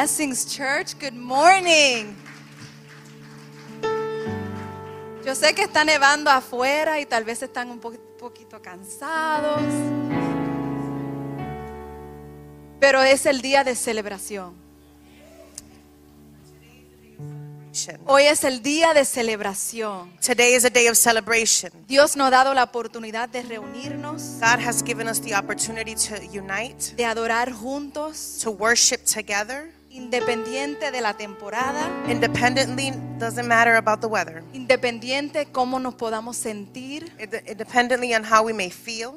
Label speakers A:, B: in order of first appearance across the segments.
A: Blessings Church, good morning. Yo sé que está nevando afuera y tal vez están un po- poquito cansados, pero es el día de celebración. Hoy es el día de celebración.
B: Oh, Today is a day of celebration.
A: Dios nos ha dado la oportunidad de reunirnos,
B: God has given us the opportunity to unite,
A: de adorar juntos,
B: to worship together,
A: independiente de la temporada,
B: independently, doesn't matter about the weather,
A: independiente cómo nos podamos sentir.
B: Inde- independently on how we may feel.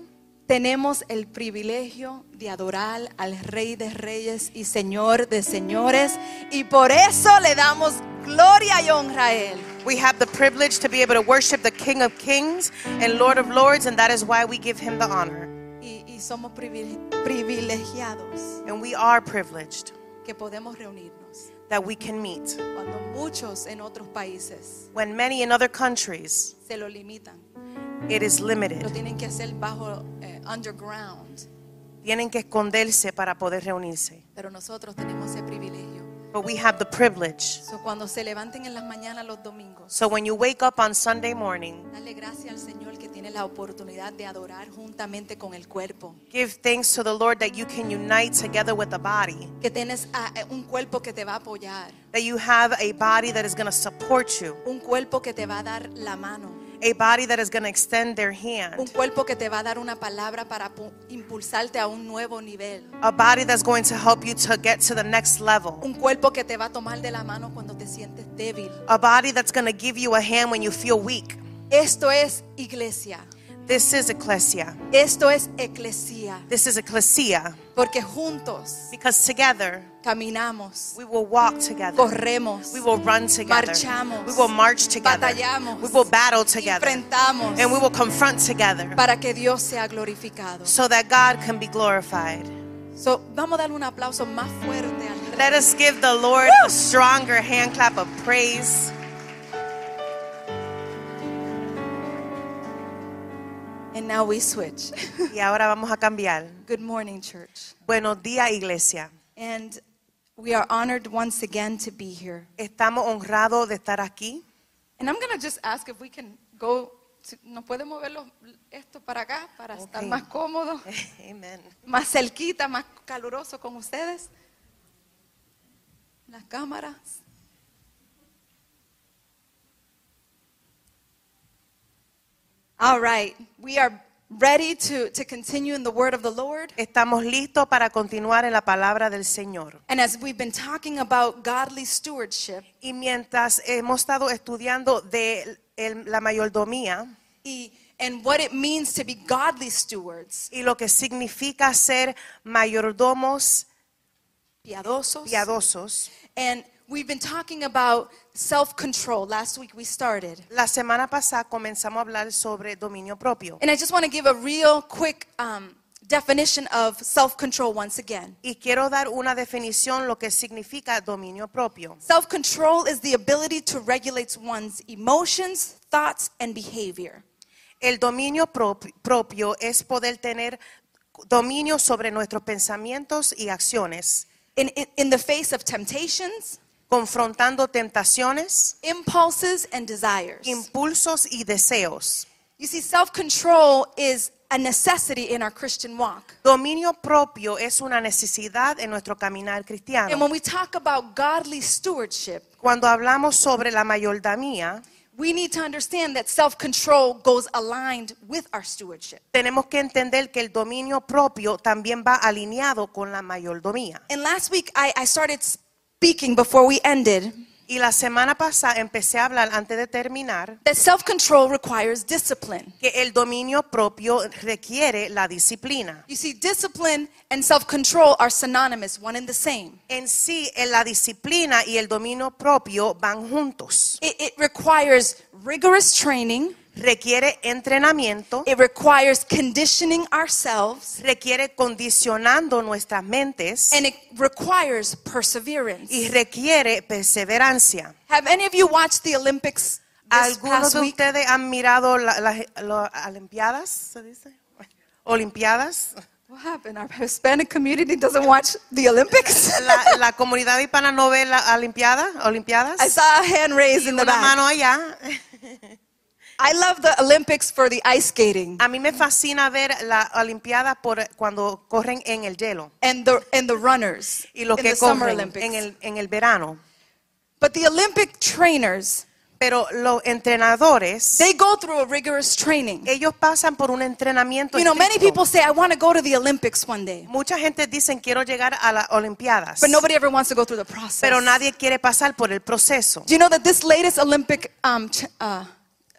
A: Tenemos el privilegio de adorar al Rey de Reyes y Señor de Señores y por eso le damos gloria y honra a Él.
B: We have the privilege to be able to worship the King of Kings and Lord of Lords, and that is why we give him the honor.
A: Y, y somos privile- privilegiados
B: And we are privileged
A: que podemos reunirnos
B: that we can meet
A: cuando muchos en otros países
B: when many in other countries
A: se lo limitan.
B: it is
A: Lo
B: limited.
A: tienen que hacer bajo eh, underground,
B: Tienen que esconderse para poder reunirse.
A: pero nosotros tenemos ese privilegio.
B: But we have the privilege.
A: So, cuando se levanten en las mañanas los domingos,
B: So when you wake up on Sunday morning,
A: dale gracias al Señor que tiene la oportunidad de adorar juntamente con el cuerpo.
B: Give thanks to the Lord that you can unite together with the body,
A: que tienes a- a un cuerpo que te va a apoyar,
B: that you have a body that is going to support you,
A: un cuerpo que te va a dar la mano,
B: a body that is going to extend their
A: un
B: hand,
A: cuerpo que te va a dar una palabra para pu- impulsarte a un nuevo nivel,
B: a body that's going to help you to get to the next level,
A: un cuerpo que te va a tomar de la mano cuando te sientes débil.
B: a body that's going to give you a hand when you feel weak.
A: Esto es iglesia,
B: This is ecclesia.
A: esto es eclesía,
B: This is ecclesia
A: porque juntos
B: because together
A: caminamos,
B: we will walk together.
A: corremos,
B: We will run together.
A: Marchamos.
B: We will march together.
A: Batallamos.
B: We will battle together.
A: enfrentamos
B: And we will confront together
A: para que Dios sea glorificado.
B: so that God can be glorified.
A: So, vamos a darle un aplauso más fuerte al Rey.
B: Let us give the Lord a stronger hand clap of praise.
A: And now we switch.
B: Y ahora vamos a cambiar.
A: Good morning, church.
B: Buenos días, iglesia.
A: And we are honored once again to be here.
B: Estamos honrados de estar aquí.
A: And I'm going to just ask if we can go. To, ¿Nos puede mover los- esto para acá para estar
B: Ok.
A: más cómodo,
B: Amen.
A: más cerquita, más caluroso con ustedes? Las cámaras. All right, we are ready to, to continue in the word of the Lord.
B: Estamos listos para continuar en la palabra del Señor.
A: And as we've been talking about godly stewardship,
B: Y mientras hemos estado estudiando de el- la mayordomía
A: y, and what it means to be godly stewards,
B: y lo que significa ser mayordomos
A: piadosos.
B: piadosos,
A: And we've been talking about self-control. Last week we started.
B: la semana pasada comenzamos a hablar sobre dominio propio.
A: And I just want to give a real quick um, definition of self-control once again.
B: Y quiero dar una definición lo que significa dominio propio.
A: Self-control is the ability to regulate one's emotions, thoughts, and behavior.
B: El dominio prop- propio es poder tener dominio sobre nuestros pensamientos y acciones,
A: In, in, in the face of temptations,
B: confrontando tentaciones,
A: impulses, and desires.
B: impulsos y deseos.
A: You see, self-control is a necessity in our Christian walk.
B: Dominio propio es una necesidad en nuestro caminar
A: And
B: cristiano.
A: when we talk about godly stewardship,
B: Cuando hablamos sobre la mayordomía,
A: we need to understand that self control goes aligned with our stewardship.
B: tenemos que entender que el dominio propio también va alineado con la mayordomía.
A: And last week, I, I started speaking before we ended
B: Y la semana pasada empecé a hablar antes de terminar
A: that self control requires discipline.
B: que el dominio propio requiere la disciplina.
A: You see, discipline and self control are synonymous, one and the same.
B: En sí, en la disciplina y el dominio propio van juntos.
A: It, it requires rigorous training,
B: Requiere entrenamiento,
A: it requires conditioning ourselves,
B: requiere condicionando nuestras mentes
A: and it requires perseverance.
B: y requiere perseverancia.
A: Have any of you watched the Olympics this
B: ¿Algunos
A: past
B: de
A: week?
B: ustedes han mirado la- las las Olimpiadas? ¿Se dice? Olimpiadas.
A: What happened? Our Hispanic community doesn't watch the Olympics.
B: La, la comunidad hispana no ve la Olimpiada, Olimpiadas.
A: I saw a hand raised in the
B: Una
A: back.
B: mano allá.
A: I love the Olympics for the ice skating
B: A mí me fascina ver la Olimpiada por cuando corren en el hielo
A: and the and the runners
B: y los
A: in
B: que
A: the Summer
B: corren
A: Olympics.
B: en el, en el verano.
A: But the Olympic trainers,
B: Pero los entrenadores,
A: they go through a rigorous training.
B: ellos pasan por un entrenamiento.
A: You know, many
B: estricto.
A: people say, I want to go to the Olympics one day.
B: Mucha gente dicen quiero llegar a las Olimpiadas,
A: But nobody ever wants to go through the process.
B: pero nadie quiere pasar por el proceso.
A: Do you know that this latest Olympic um, ch- uh,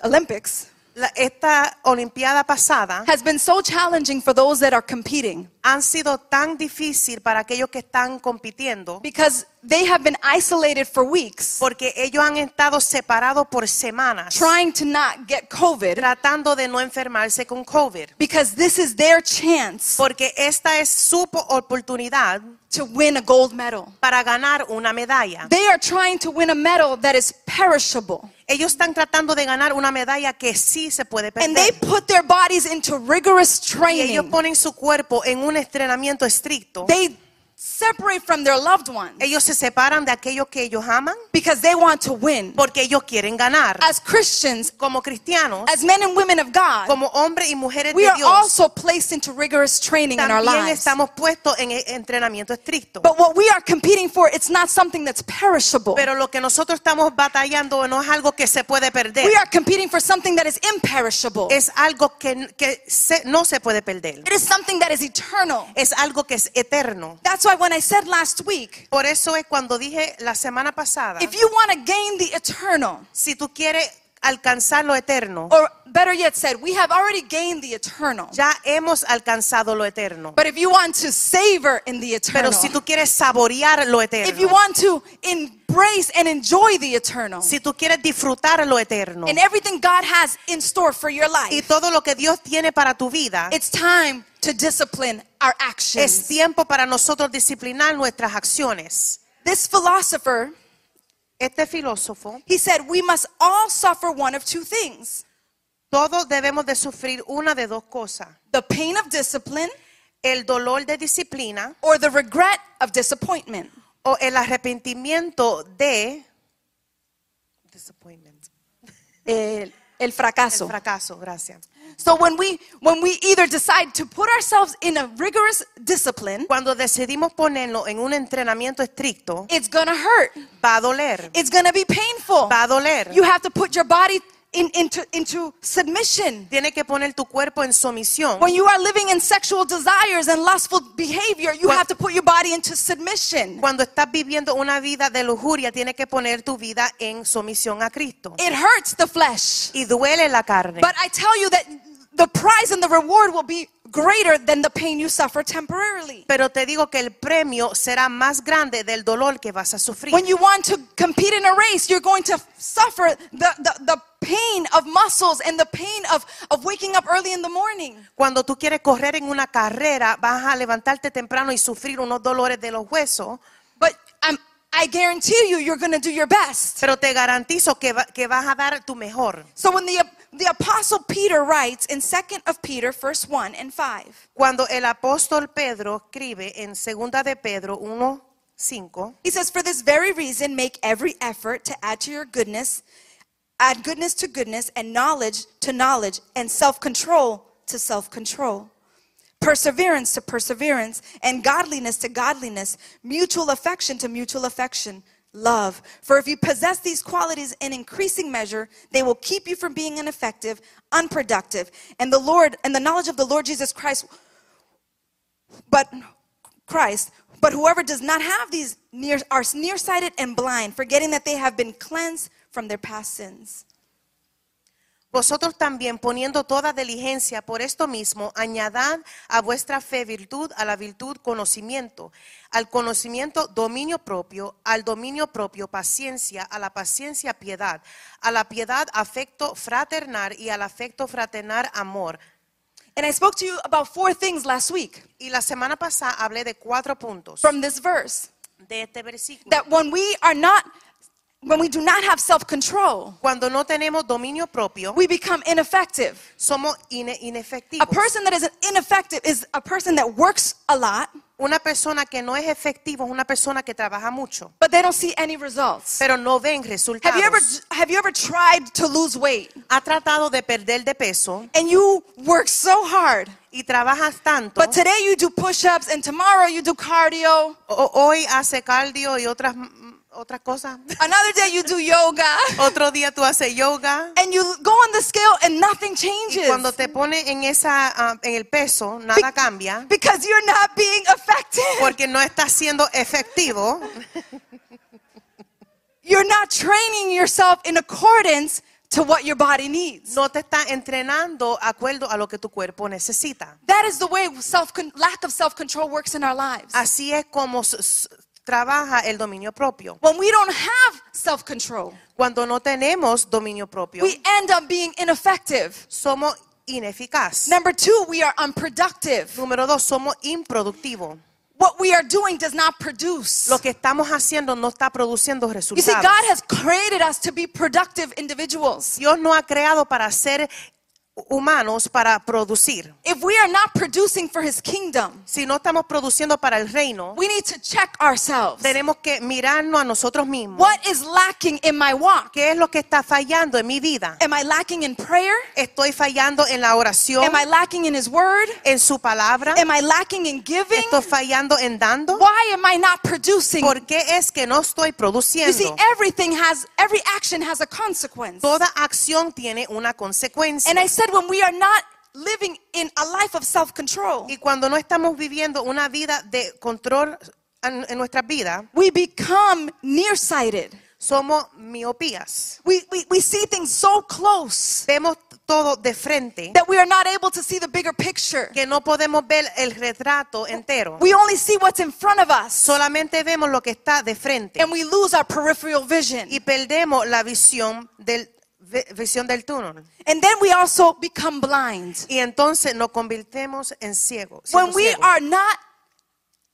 A: Olympics
B: La- esta Olimpiada pasada
A: has been so challenging for those that are competing
B: han sido tan difícil para aquellos que están compitiendo
A: because they have been isolated for weeks,
B: porque ellos han estado separados por semanas
A: trying to not get COVID
B: tratando de no enfermarse con COVID.
A: because this is their chance
B: Porque esta es su po- oportunidad
A: to win a gold medal.
B: para ganar una medalla.
A: They are trying to win a medal that is perishable.
B: Ellos están tratando de ganar una medalla que sí se puede
A: And they
B: perder.
A: put their bodies into rigorous
B: Y ellos
A: training.
B: ponen su cuerpo en un entrenamiento estricto.
A: They separate from their loved ones
B: Ellos se separan de aquellos que ellos aman
A: because they want to win.
B: porque ellos quieren ganar.
A: As Christians,
B: Como cristianos,
A: as men and women of God,
B: como hombres y mujeres
A: We
B: de
A: are
B: Dios,
A: also placed into rigorous training in our
B: también
A: lives.
B: estamos puestos en e- entrenamiento estricto.
A: But what we are competing for, it's not something that's perishable.
B: Pero lo que nosotros estamos batallando no es algo que se puede perder.
A: We are competing for something that is imperishable.
B: Es algo que, que se- no se puede perder.
A: It is something that is eternal.
B: Es algo que es eterno.
A: That's why when I said last week,
B: Por eso es cuando dije la semana pasada,
A: if you want to gain the eternal,
B: si tú quieres alcanzar lo eterno,
A: or better yet said, we have already gained the eternal.
B: ya hemos alcanzado lo eterno.
A: But if you want to savor in the
B: Pero
A: eternal,
B: si tú quieres saborear lo
A: if you
B: eterno,
A: want to embrace and enjoy the eternal,
B: si tú quieres disfrutar lo eterno
A: and everything God has in store for your
B: y
A: life,
B: todo lo que Dios tiene para tu vida,
A: it's time to discipline our actions.
B: es tiempo para nosotros disciplinar nuestras acciones.
A: This philosopher,
B: Este filósofo,
A: he said, we must all suffer one of two things
B: todos debemos de sufrir una de dos cosas,
A: the pain of discipline
B: el dolor de disciplina
A: or the regret of disappointment.
B: o el arrepentimiento de disappointment.
A: El, el
B: El
A: fracaso.
B: fracaso, gracias.
A: So when we when we either decide to put ourselves in a rigorous discipline,
B: Cuando decidimos ponerlo en un entrenamiento estricto,
A: it's gonna hurt.
B: va a doler,
A: It's gonna be painful.
B: va a doler.
A: Eh, You have to put your body in, into into submission.
B: Tienes que poner tu cuerpo en sumisión.
A: When you are living in sexual desires and lustful behavior, you
B: Cuan-
A: have to put your body into submission.
B: Cuando estás viviendo una vida de lujuria, tienes que poner tu vida en sumisión a Cristo.
A: It hurts the flesh.
B: Y duele la carne.
A: Eh, But I tell you that the prize and the reward will be greater than the pain you suffer temporarily.
B: Pero te digo que el premio será más grande del dolor que vas a sufrir.
A: When you want to compete in a race, you're going to suffer the, the, the pain of muscles and the pain of, of waking up early in the morning.
B: Cuando tú quieres correr en una carrera, vas a levantarte temprano y sufrir unos dolores de los huesos.
A: But I'm, I guarantee you, you're going to do your best.
B: Pero te garantizo que, va- que vas a dar tu mejor.
A: So when the, the apostle Peter writes in 2nd of Peter, verse 1 and 5,
B: Cuando el apóstol Pedro escribe en segunda de Pedro 1:5,
A: He says, For this very reason, make every effort to add to your goodness, add goodness to goodness, and knowledge to knowledge, and self control to self control. Perseverance to perseverance, and godliness to godliness, mutual affection to mutual affection, love. For if you possess these qualities in increasing measure, they will keep you from being ineffective, unproductive, and the Lord and the knowledge of the Lord Jesus Christ but Christ, but whoever does not have these near, are nearsighted and blind, forgetting that they have been cleansed from their past sins.
B: vosotros también poniendo toda diligencia por esto mismo, añadad a vuestra fe virtud, a la virtud conocimiento, al conocimiento dominio propio, al dominio propio paciencia, a la paciencia piedad, a la piedad afecto fraternal y al afecto fraternal amor.
A: And I spoke to you about four things last week
B: Y la semana pasada hablé de cuatro puntos
A: from this verse
B: de este versículo.
A: that when we are not when we do not have self control,
B: Cuando no tenemos dominio propio,
A: we become ineffective.
B: somos ine-
A: A
B: inefectivos.
A: person that is ineffective is a person that works a lot,
B: Una persona que no es efectiva es una persona que trabaja mucho,
A: but they don't see any results.
B: pero no ven
A: Have
B: resultados.
A: you ever have you ever tried to lose weight
B: ha tratado de perder de peso
A: and you work so hard,
B: y trabajas tanto.
A: but today you do push-ups and tomorrow you do cardio,
B: O- hoy hace cardio y otras, mm, otras cosas.
A: another day you do yoga,
B: Otro día tú haces yoga.
A: and you go on the scale and nothing
B: Y cuando
A: changes
B: te pones en, esa, ah, en el peso, nada cambia
A: because you're not being effective.
B: porque no estás siendo efectivo.
A: You're not training yourself in accordance to what your body needs.
B: No te estás entrenando acuerdo a lo que tu cuerpo necesita.
A: That is the way self lack of self-control works in our lives.
B: Así es como s- s- trabaja el dominio propio.
A: When we don't have self-control,
B: Cuando no tenemos dominio propio,
A: we end up being ineffective.
B: somos ineficaz.
A: Number 2, we are unproductive.
B: Número dos, somos improductivos.
A: What we are doing does not produce.
B: Lo que estamos haciendo no está produciendo
A: You see,
B: resultados.
A: God has created us to be productive individuals.
B: Dios no ha creado para ser humanos para producir.
A: If we are not producing for His kingdom,
B: Si no estamos produciendo para el reino,
A: we need to check ourselves.
B: tenemos que mirarnos a nosotros mismos.
A: What is lacking in my walk?
B: ¿Qué es lo que está fallando en mi vida?
A: Am I lacking in prayer?
B: Estoy fallando en la oración,
A: Am I lacking in His word?
B: en su palabra.
A: Am I lacking in giving?
B: Estoy fallando en dando.
A: Why am I not producing?
B: ¿Por qué es que no estoy
A: You see,
B: produciendo?
A: everything has, every action has a consequence.
B: Toda acción tiene una
A: And
B: consecuencia.
A: I said, when we are not living in a life of self control,
B: Y cuando no estamos viviendo una vida de control en en nuestra vida,
A: we become nearsighted.
B: somos miopías.
A: We, we, we see things so close
B: Vemos todo de frente
A: that we are not able to see the bigger picture.
B: que no podemos ver el retrato entero.
A: We only see what's in front of us
B: Solamente vemos lo que está de frente
A: and we lose our peripheral vision.
B: y perdemos la visión del vi- visión del túnel.
A: And then we also become blind.
B: Y entonces nos convertimos en ciegos. siendo
A: When we
B: ciegos.
A: are not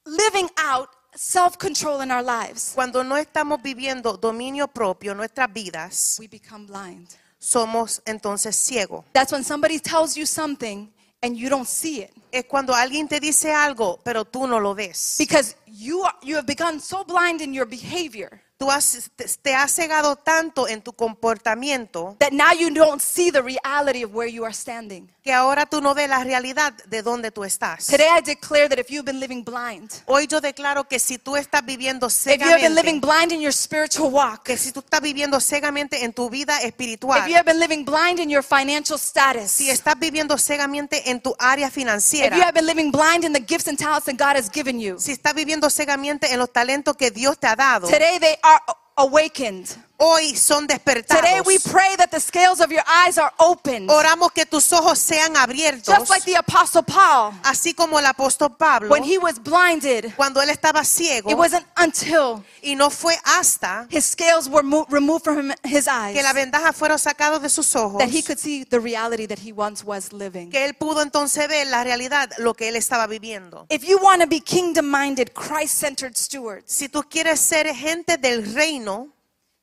A: living out self control in our lives,
B: Cuando no estamos viviendo dominio propio en nuestras vidas,
A: we become blind.
B: somos entonces ciegos.
A: That's when somebody tells you something and you don't see it
B: Es cuando alguien te dice algo, pero tú no lo ves.
A: because you, are, you have become so blind in your behavior
B: Tú has- te, te has cegado tanto en tu comportamiento
A: that now you don't see the reality of where you are standing.
B: que ahora tú no ves la realidad de donde tú estás.
A: Today I declare that if you've been living blind,
B: Hoy yo declaro que si tú estás viviendo
A: if you have been living
B: ciegamente,
A: blind in your spiritual walk,
B: que si tú estás viviendo ciegamente en tu vida
A: if
B: espiritual,
A: you have been living blind in your financial status,
B: si
A: if
B: estás viviendo ciegamente en tu área
A: you
B: financiera,
A: have been living blind in the gifts and talents that God has given you,
B: si estás viviendo ciegamente en los talentos que Dios te ha dado,
A: today they are awakened.
B: hoy son
A: Today we
B: despertados.
A: pray that the scales of your eyes are opened.
B: Oramos que tus ojos sean abiertos,
A: Just like the Apostle Paul,
B: así como el apóstol Pablo,
A: when he was blinded,
B: cuando él estaba
A: it
B: ciego
A: wasn't until
B: y no fue hasta
A: his scales were mo- removed from him, his eyes
B: que la ventaja fueron sacados de sus ojos,
A: that he could see the reality that he once was living.
B: que él pudo entonces ver la realidad, lo que él estaba viviendo.
A: If you want to be kingdom minded, Christ centered stewards,
B: Si tú quieres ser gente del reino,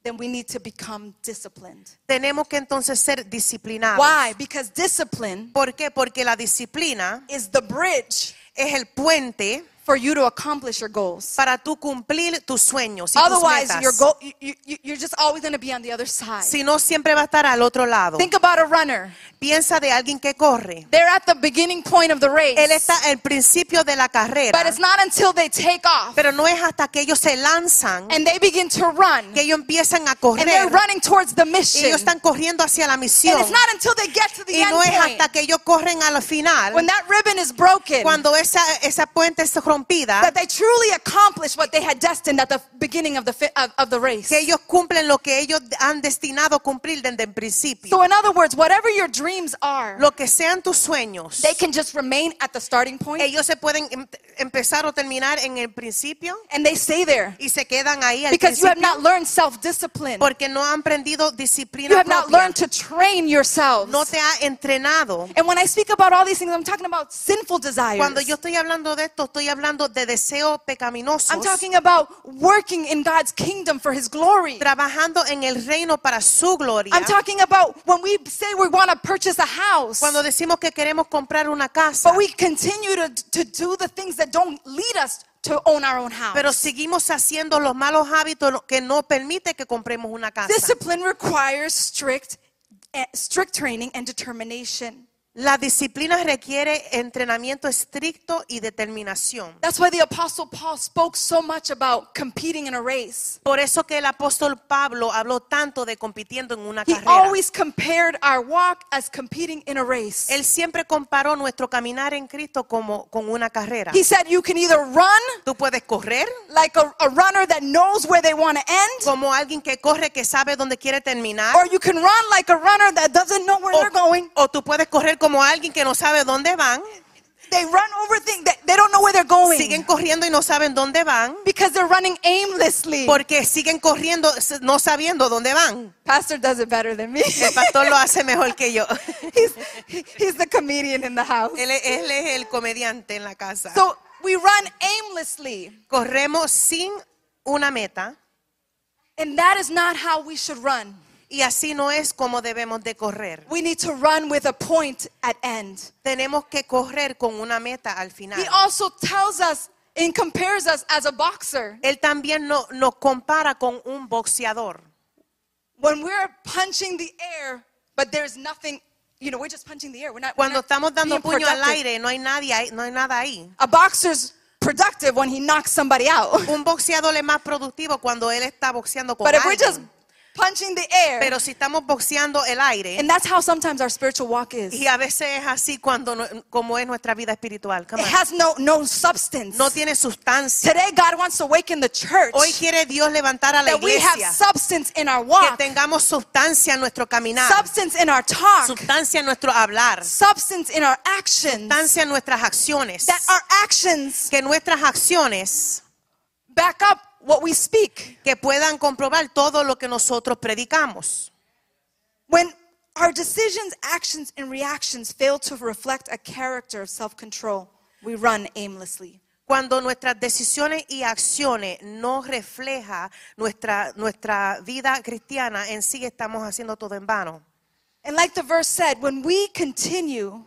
A: then we need to become disciplined.
B: tenemos que entonces ser disciplinados.
A: Why? Because discipline
B: ¿Por qué? Porque la disciplina
A: is the bridge
B: es el puente
A: for you to accomplish your goals.
B: para tú cumplir tus sueños y tus
A: Otherwise,
B: metas.
A: your goal, you, you, you're just always going to be on the other side.
B: Si no, siempre va a estar al otro lado.
A: Think about a runner.
B: Piensa de alguien que corre.
A: They're at the beginning point of the
B: Él
A: race,
B: está al principio de la
A: but
B: carrera,
A: it's not until they take off
B: pero no es hasta que ellos se lanzan
A: and they begin to run
B: que ellos empiezan a
A: and they're
B: correr.
A: running towards the
B: Y
A: mission.
B: ellos
A: And
B: están corriendo hacia la misión.
A: it's not until they get to the
B: Y
A: end
B: no es hasta
A: point
B: que ellos corren al final,
A: when that ribbon is broken
B: cuando esa, esa puente es rompida,
A: that they truly accomplish what they had destined at the beginning of the, fi- of, of the race.
B: que ellos cumplen lo que ellos han destinado a cumplir desde el principio.
A: So, in other words, whatever your dreams are,
B: Lo que sean tus sueños,
A: they can just remain at the starting point
B: ellos se pueden em- empezar o terminar en el principio
A: and they stay there
B: y se quedan ahí al
A: because you have
B: principio
A: not learned self discipline.
B: porque no han aprendido
A: You
B: disciplina
A: have not
B: propia.
A: learned to train yourselves.
B: No te ha entrenado.
A: And when I speak about all these things, I'm talking about sinful desires.
B: Cuando yo estoy hablando de esto, estoy hablando de deseos
A: I'm
B: pecaminosos,
A: talking about working in God's kingdom for His glory.
B: trabajando en el reino para su gloria.
A: I'm talking about when we say we want to purchase a house,
B: Cuando decimos que queremos comprar una casa,
A: but we continue to, to do the things that don't lead us to own our own
B: pero
A: house.
B: seguimos haciendo los malos hábitos que no permite que compremos una casa.
A: Discipline requires strict, eh, strict training and determination.
B: La disciplina requiere entrenamiento estricto y determinación.
A: That's why the Apostle Paul spoke so much about competing in a race.
B: Por eso que el apóstol Pablo habló tanto de compitiendo en una
A: He
B: carrera.
A: always compared our walk as competing in a race.
B: Él siempre comparó nuestro caminar en Cristo como con una carrera.
A: He said you can either run
B: Tú puedes correr
A: like a, a runner that knows where they want to end,
B: como alguien que corre que sabe dónde quiere terminar.
A: or you can run like a runner that doesn't know where
B: Oh.
A: they're going.
B: o tú puedes correr como alguien que no sabe dónde van.
A: They run over things, they, they don't know where they're going
B: Siguen corriendo y no saben dónde van.
A: because they're running aimlessly.
B: Porque siguen corriendo s- no sabiendo dónde van.
A: Pastor does it better than me.
B: El pastor lo hace mejor que yo.
A: he's, he- he's the comedian in the house.
B: Él, es- él es el comediante en la casa.
A: So we run aimlessly,
B: Corremos sin una meta
A: and that is not how we should run.
B: y así no es como debemos de correr.
A: We need to run with a point at end.
B: Tenemos que correr con una meta al final.
A: He also tells us and compares us as a boxer.
B: Él también no- nos compara con un boxeador.
A: When we're punching the air, but there's nothing, you know, we're just punching the air. We're not, we're
B: Cuando
A: not
B: estamos dando
A: being
B: puño al
A: productive.
B: aire, no hay nadie, ahí- no hay nada ahí.
A: A boxer's productive when he knocks somebody out.
B: Un boxeador es más productivo cuando él está boxeando con
A: But if we're
B: alguien.
A: just punching the air,
B: Pero si estamos boxeando el aire,
A: and that's how sometimes our spiritual walk is.
B: y
A: It
B: a veces es así cuando no- como es nuestra vida espiritual. Come on.
A: has no, no substance.
B: No tiene sustancia.
A: Today, God wants to awaken the church
B: Hoy quiere Dios levantar a la
A: that we have
B: iglesia
A: substance in our
B: que
A: walk,
B: tengamos sustancia en nuestro caminar,
A: substance in our talk,
B: sustancia en nuestro hablar,
A: substance in our actions.
B: sustancia en nuestras acciones.
A: that our actions
B: Que nuestras acciones
A: back up what we speak.
B: que puedan comprobar todo lo que nosotros predicamos.
A: When our decisions, actions, and reactions fail to reflect a character of self control, we run aimlessly.
B: Cuando nuestras decisiones y acciones no refleja nuestra, nuestra vida cristiana, en sí estamos haciendo todo en vano.
A: And like the verse said, when we continue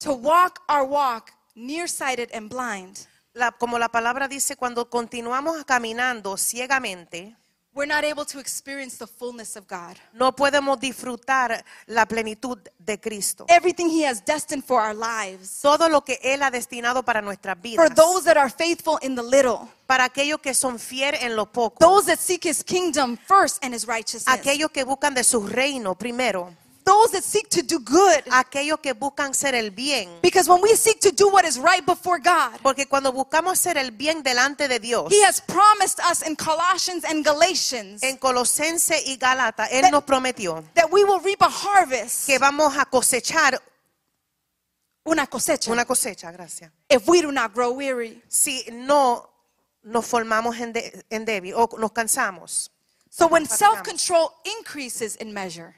A: to walk our walk nearsighted and blind,
B: La- como la palabra dice, cuando continuamos caminando ciegamente,
A: we're not able to experience the fullness of God.
B: no podemos disfrutar la plenitud de Cristo.
A: Everything He has destined for our lives,
B: Todo lo que Él ha destinado para nuestras vidas.
A: for those that are faithful in the little,
B: para aquellos que son fieles en lo poco.
A: those that seek His kingdom first and His righteousness,
B: aquellos que buscan de su reino primero.
A: those that seek to do good
B: Aquellos que buscan ser el bien.
A: Because when we seek to do what is right before God,
B: Porque cuando buscamos hacer el bien delante de Dios,
A: He has promised us in Colossians and Galatians
B: en Colosense y Galata, Él
A: That-
B: nos prometió
A: that we will reap a harvest,
B: que vamos a cosechar
A: una cosecha,
B: una cosecha, gracias.
A: if we do not grow weary.
B: Si no nos formamos en, de- en débil o nos cansamos.
A: So when
B: Fatigamos.
A: self control increases in measure,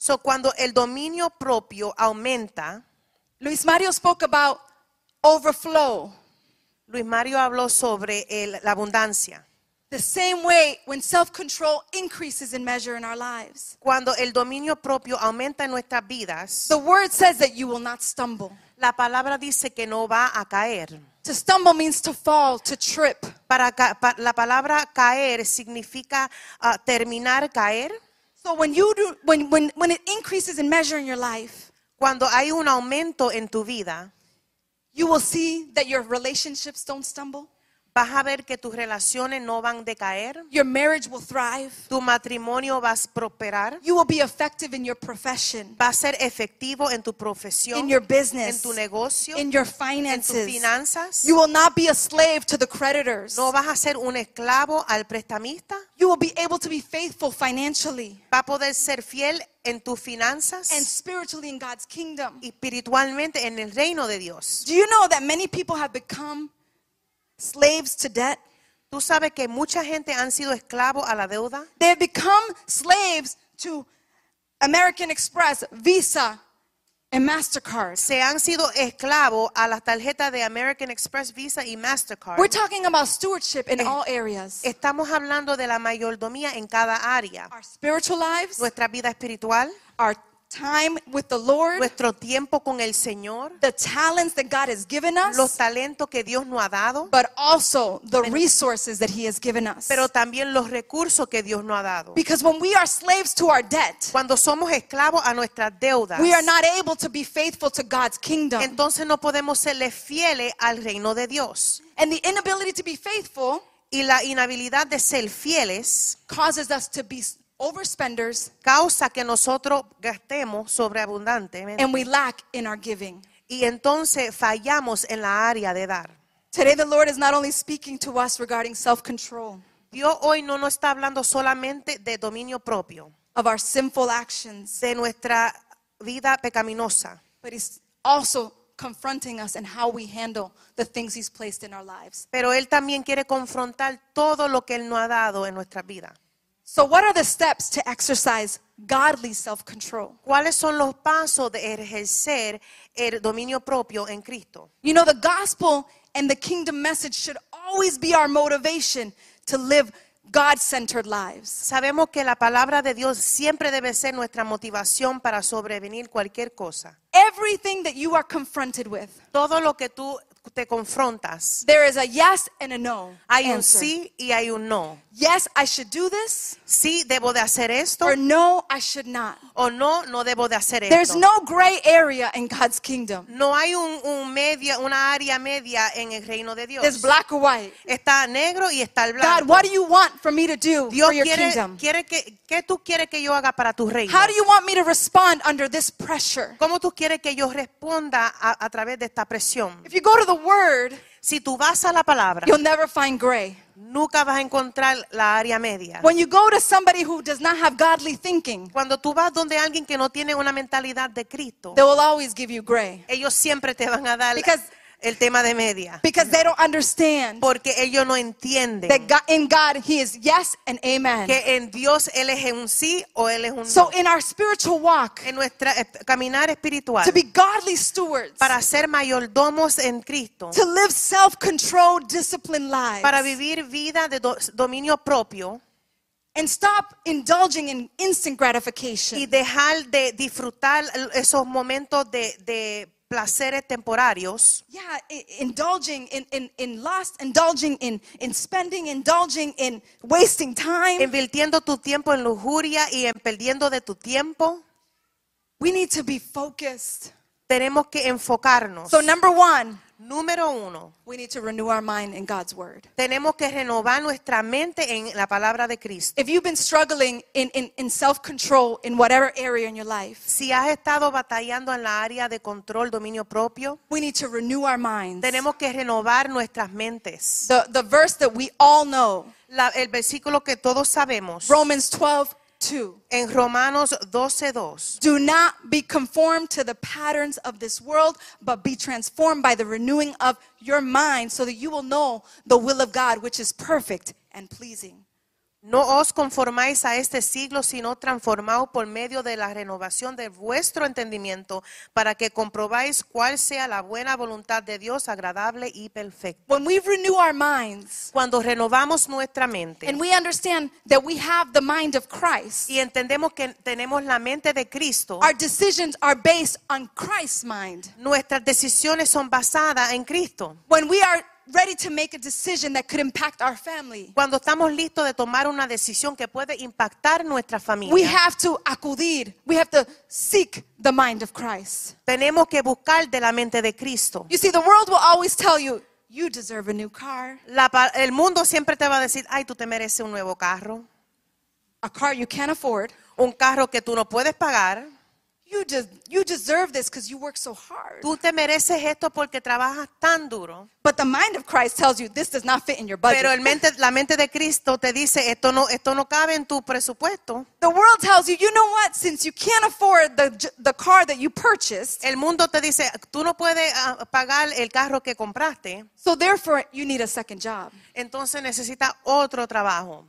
B: So, cuando el dominio propio aumenta,
A: Luis Mario spoke about overflow.
B: Luis Mario habló sobre el- la abundancia.
A: The same way when self control increases in measure in our lives,
B: Cuando el dominio propio aumenta en nuestras vidas,
A: the word says that you will not stumble.
B: la palabra dice que no va a caer.
A: To stumble means to fall, to trip.
B: Para, ca- pa- la palabra caer significa ah, terminar caer.
A: So when you do, when, when, when it increases in measure in your life,
B: Cuando hay un aumento en tu vida,
A: You will see that your relationships don't stumble.
B: vas a ver que tus relaciones no van a decaer,
A: Your marriage will thrive.
B: tu matrimonio va a prosperar,
A: You will be effective in your profession,
B: va a ser efectivo en tu profesión,
A: in your
B: en
A: business,
B: tu negocio,
A: in your
B: en tus
A: finances.
B: finanzas.
A: You will not be a slave to the creditors.
B: No vas a ser un esclavo al prestamista.
A: You will be able to be faithful financially
B: Va a poder ser fiel en tus finanzas
A: and spiritually in God's kingdom.
B: y espiritualmente en el reino de Dios.
A: Do you know that many people have become slaves to debt?
B: Tú sabes que mucha gente han sido esclavos a la deuda.
A: They have become slaves to American Express, Visa, and MasterCard.
B: se han sido esclavos a las tarjetas de American Express, Visa y Mastercard.
A: We're talking about stewardship
B: Eh,
A: in all areas
B: Estamos hablando de la mayordomía en cada área.
A: our spiritual lives,
B: Nuestra vida espiritual,
A: our time with the Lord,
B: nuestro tiempo con el Señor,
A: the talents that God has given
B: los
A: us,
B: talentos que Dios nos ha dado,
A: but also the resources that He has given us.
B: pero también los recursos que Dios nos ha dado.
A: Because when we are slaves to our debt,
B: Cuando somos esclavos a nuestras deudas,
A: we are not able to be faithful to God's kingdom.
B: entonces no podemos serle fieles al reino de Dios.
A: And the inability to be faithful
B: Y la inhabilidad de ser fieles
A: causes us to be overspenders
B: causa que nosotros gastemos sobreabundantemente.
A: and we lack in our giving.
B: Y entonces fallamos en la área de dar.
A: Today, the Lord is not only speaking to us regarding self control
B: Dios hoy no nos está hablando solamente de dominio propio,
A: of our sinful actions,
B: de nuestra vida pecaminosa,
A: but He's also confronting us in how we handle the things He's placed in our lives.
B: pero Él también quiere confrontar todo lo que Él nos ha dado en nuestra vida.
A: So, what are the steps to exercise godly self control?
B: ¿Cuáles son los pasos de ejercer el dominio propio en Cristo?
A: You know, the gospel and the kingdom message should always be our motivation to live God centered lives.
B: Sabemos que la palabra de Dios siempre debe ser nuestra motivación para sobrevenir cualquier cosa.
A: Everything that you are confronted with,
B: Todo lo que tú te confrontas,
A: there is a yes and a no.
B: hay un
A: answer.
B: sí y hay un no.
A: Yes, I should do this,
B: Sí, debo de hacer esto
A: or no, I should not.
B: o no, no debo de hacer
A: There's
B: esto.
A: no gray area in God's kingdom.
B: No hay un, un media, una área media en el reino de
A: There's
B: Dios.
A: black or white.
B: Está negro y está el
A: God,
B: blanco.
A: what do you want for me to do
B: Dios
A: for your
B: quiere,
A: kingdom?
B: quiere que, ¿qué tú quieres que yo haga para tu reino?
A: How do you want me to respond under this pressure?
B: ¿Cómo tú quieres que yo responda a, a través de esta presión?
A: If you go to the word,
B: Si tú vas a la palabra,
A: you'll never find gray.
B: nunca vas a encontrar la área media.
A: When you go to somebody who does not have godly thinking,
B: Cuando tú vas donde alguien que no tiene una mentalidad de Cristo,
A: they will always give you gray
B: ellos siempre te van a dar
A: Because-
B: el tema de media,
A: because they don't understand
B: porque ellos no entienden
A: that God, in God He is yes and amen.
B: que en Dios él es un sí o él es un
A: So
B: no.
A: in our spiritual walk,
B: En nuestra eh, caminar espiritual,
A: to be godly stewards,
B: para ser mayordomos en Cristo,
A: to live self-controlled, disciplined lives,
B: para vivir vida de do- dominio propio
A: and stop indulging in instant
B: y
A: gratification.
B: dejar de disfrutar esos momentos de, de placeres temporarios,
A: Yeah, i- indulging in, in, in lust, indulging in, in spending, indulging in wasting time.
B: invirtiendo tu tiempo en lujuria y en perdiendo de tu tiempo.
A: We need to be focused.
B: Tenemos que enfocarnos.
A: So number one,
B: Número uno,
A: we need to renew our mind in God's word.
B: tenemos que renovar nuestra mente en la palabra de Cristo.
A: If you've been struggling in, in, in self-control in whatever area in your life,
B: Si has estado batallando en la área de control, dominio propio,
A: we need to renew our minds.
B: tenemos que renovar nuestras mentes.
A: The, the verse that we all know,
B: La- el versículo que todos sabemos
A: Romans 12, 2.
B: en Romanos 12:2.
A: Do not be conformed to the patterns of this world, but be transformed by the renewing of your mind so that you will know the will of God, which is perfect and pleasing.
B: No os conformáis a este siglo, sino transformaos por medio de la renovación de vuestro entendimiento, para que comprobáis cuál sea la buena voluntad de Dios, agradable y perfecta.
A: When we renew our minds
B: Cuando renovamos nuestra mente
A: and we understand that we have the mind of Christ,
B: y entendemos que tenemos la mente de Cristo,
A: our decisions are based on Christ's mind.
B: nuestras decisiones son basadas en Cristo.
A: When we are ready to make a decision that could impact our family,
B: Cuando estamos listos de tomar una decisión que puede impactar nuestra
A: we
B: familia,
A: have to acudir, we have to seek the mind of Christ.
B: tenemos que buscar de la mente de Cristo.
A: You see, the world will always tell you, you deserve a new car,
B: La pa- el mundo siempre te va a decir, ay, tú te mereces un nuevo carro,
A: a car you can't afford.
B: un carro que tú no puedes pagar,
A: You, des- you deserve this because you work so hard.
B: tú te mereces esto porque trabajas tan duro.
A: But the mind of Christ tells you this does not fit in your budget.
B: Pero el mente, la mente de Cristo te dice, esto no, esto no cabe en tu presupuesto.
A: the world tells you, you know what, since you can't afford the, j- the car that you purchased,
B: El mundo te dice, tú no puedes ah, pagar el carro que compraste,
A: so therefore you need a second job.
B: entonces necesitas otro trabajo.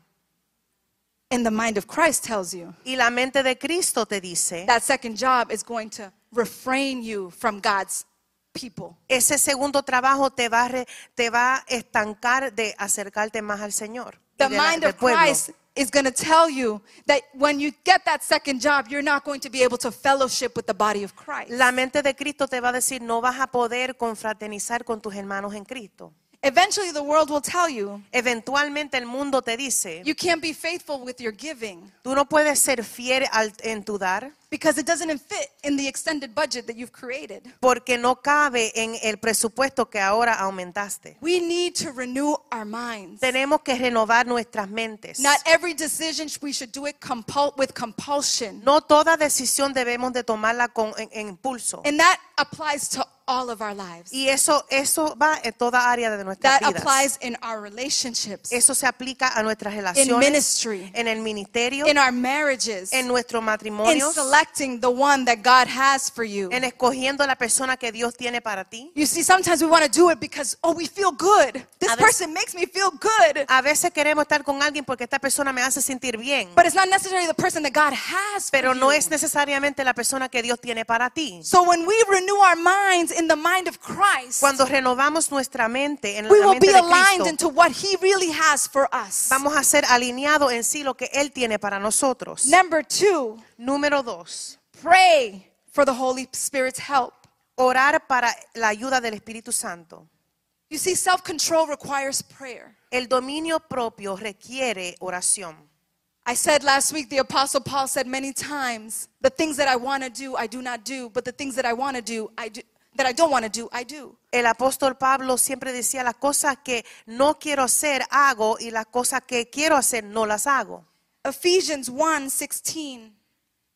A: And the mind of Christ tells you
B: Y la mente de Cristo te dice,
A: that second job is going to refrain you from God's people.
B: Ese segundo trabajo te va, a re- te va a estancar de acercarte más al Señor. y
A: The
B: de la-
A: mind
B: del
A: of
B: pueblo.
A: Christ is going to tell you that when you get that second job, you're not going to be able to fellowship with the body of Christ.
B: La mente de Cristo te va a decir, no vas a poder confraternizar con tus hermanos en Cristo.
A: Eventually, the world will tell you
B: Eventualmente el mundo te dice,
A: you can't be faithful with your giving
B: tú no puedes ser fiel al- en tu dar
A: because it doesn't fit in the extended budget that you've created.
B: porque no cabe en el presupuesto que ahora aumentaste.
A: We need to renew our minds.
B: Tenemos que renovar nuestras mentes.
A: Not every decision sh- we should do it compul- with compulsion.
B: No toda decisión debemos de tomarla con, en, en impulso.
A: And that applies to all of our lives.
B: Y eso, eso va en toda área de nuestras
A: That
B: vidas.
A: applies in our relationships,
B: Eso se aplica a nuestras
A: in
B: relaciones,
A: ministry,
B: en el ministerio,
A: in our marriages,
B: en
A: in
B: nuestro matrimonio,
A: selecting the one that God has for you.
B: en escogiendo la persona que Dios tiene para ti.
A: You see, sometimes we want to do it because, oh, we feel good. This
B: A Ah. veces-
A: person makes me feel good.
B: A veces queremos estar con alguien porque esta persona me hace sentir bien,
A: But it's not necessarily the person that God has for
B: pero no
A: you.
B: es necesariamente la persona que Dios tiene para ti.
A: So when we renew our minds in the mind of Christ,
B: Cuando renovamos nuestra mente en
A: we
B: la
A: will
B: mente
A: be
B: de
A: aligned
B: Cristo,
A: into what He really has for us.
B: vamos a ser alineados en sí lo que Él tiene para nosotros.
A: Number two,
B: Número dos,
A: pray for the Holy Spirit's help.
B: orar para la ayuda del Espíritu Santo.
A: You see, self control requires prayer.
B: El dominio propio requiere oración.
A: I said last week, the Apostle Paul said many times, the things that I want to do, I do not do, but the things that I want to do, I do, that I don't want to do, I do.
B: El apóstol Pablo siempre decía las cosas que no quiero hacer hago y las cosas que quiero hacer no las hago.
A: Ephesians 1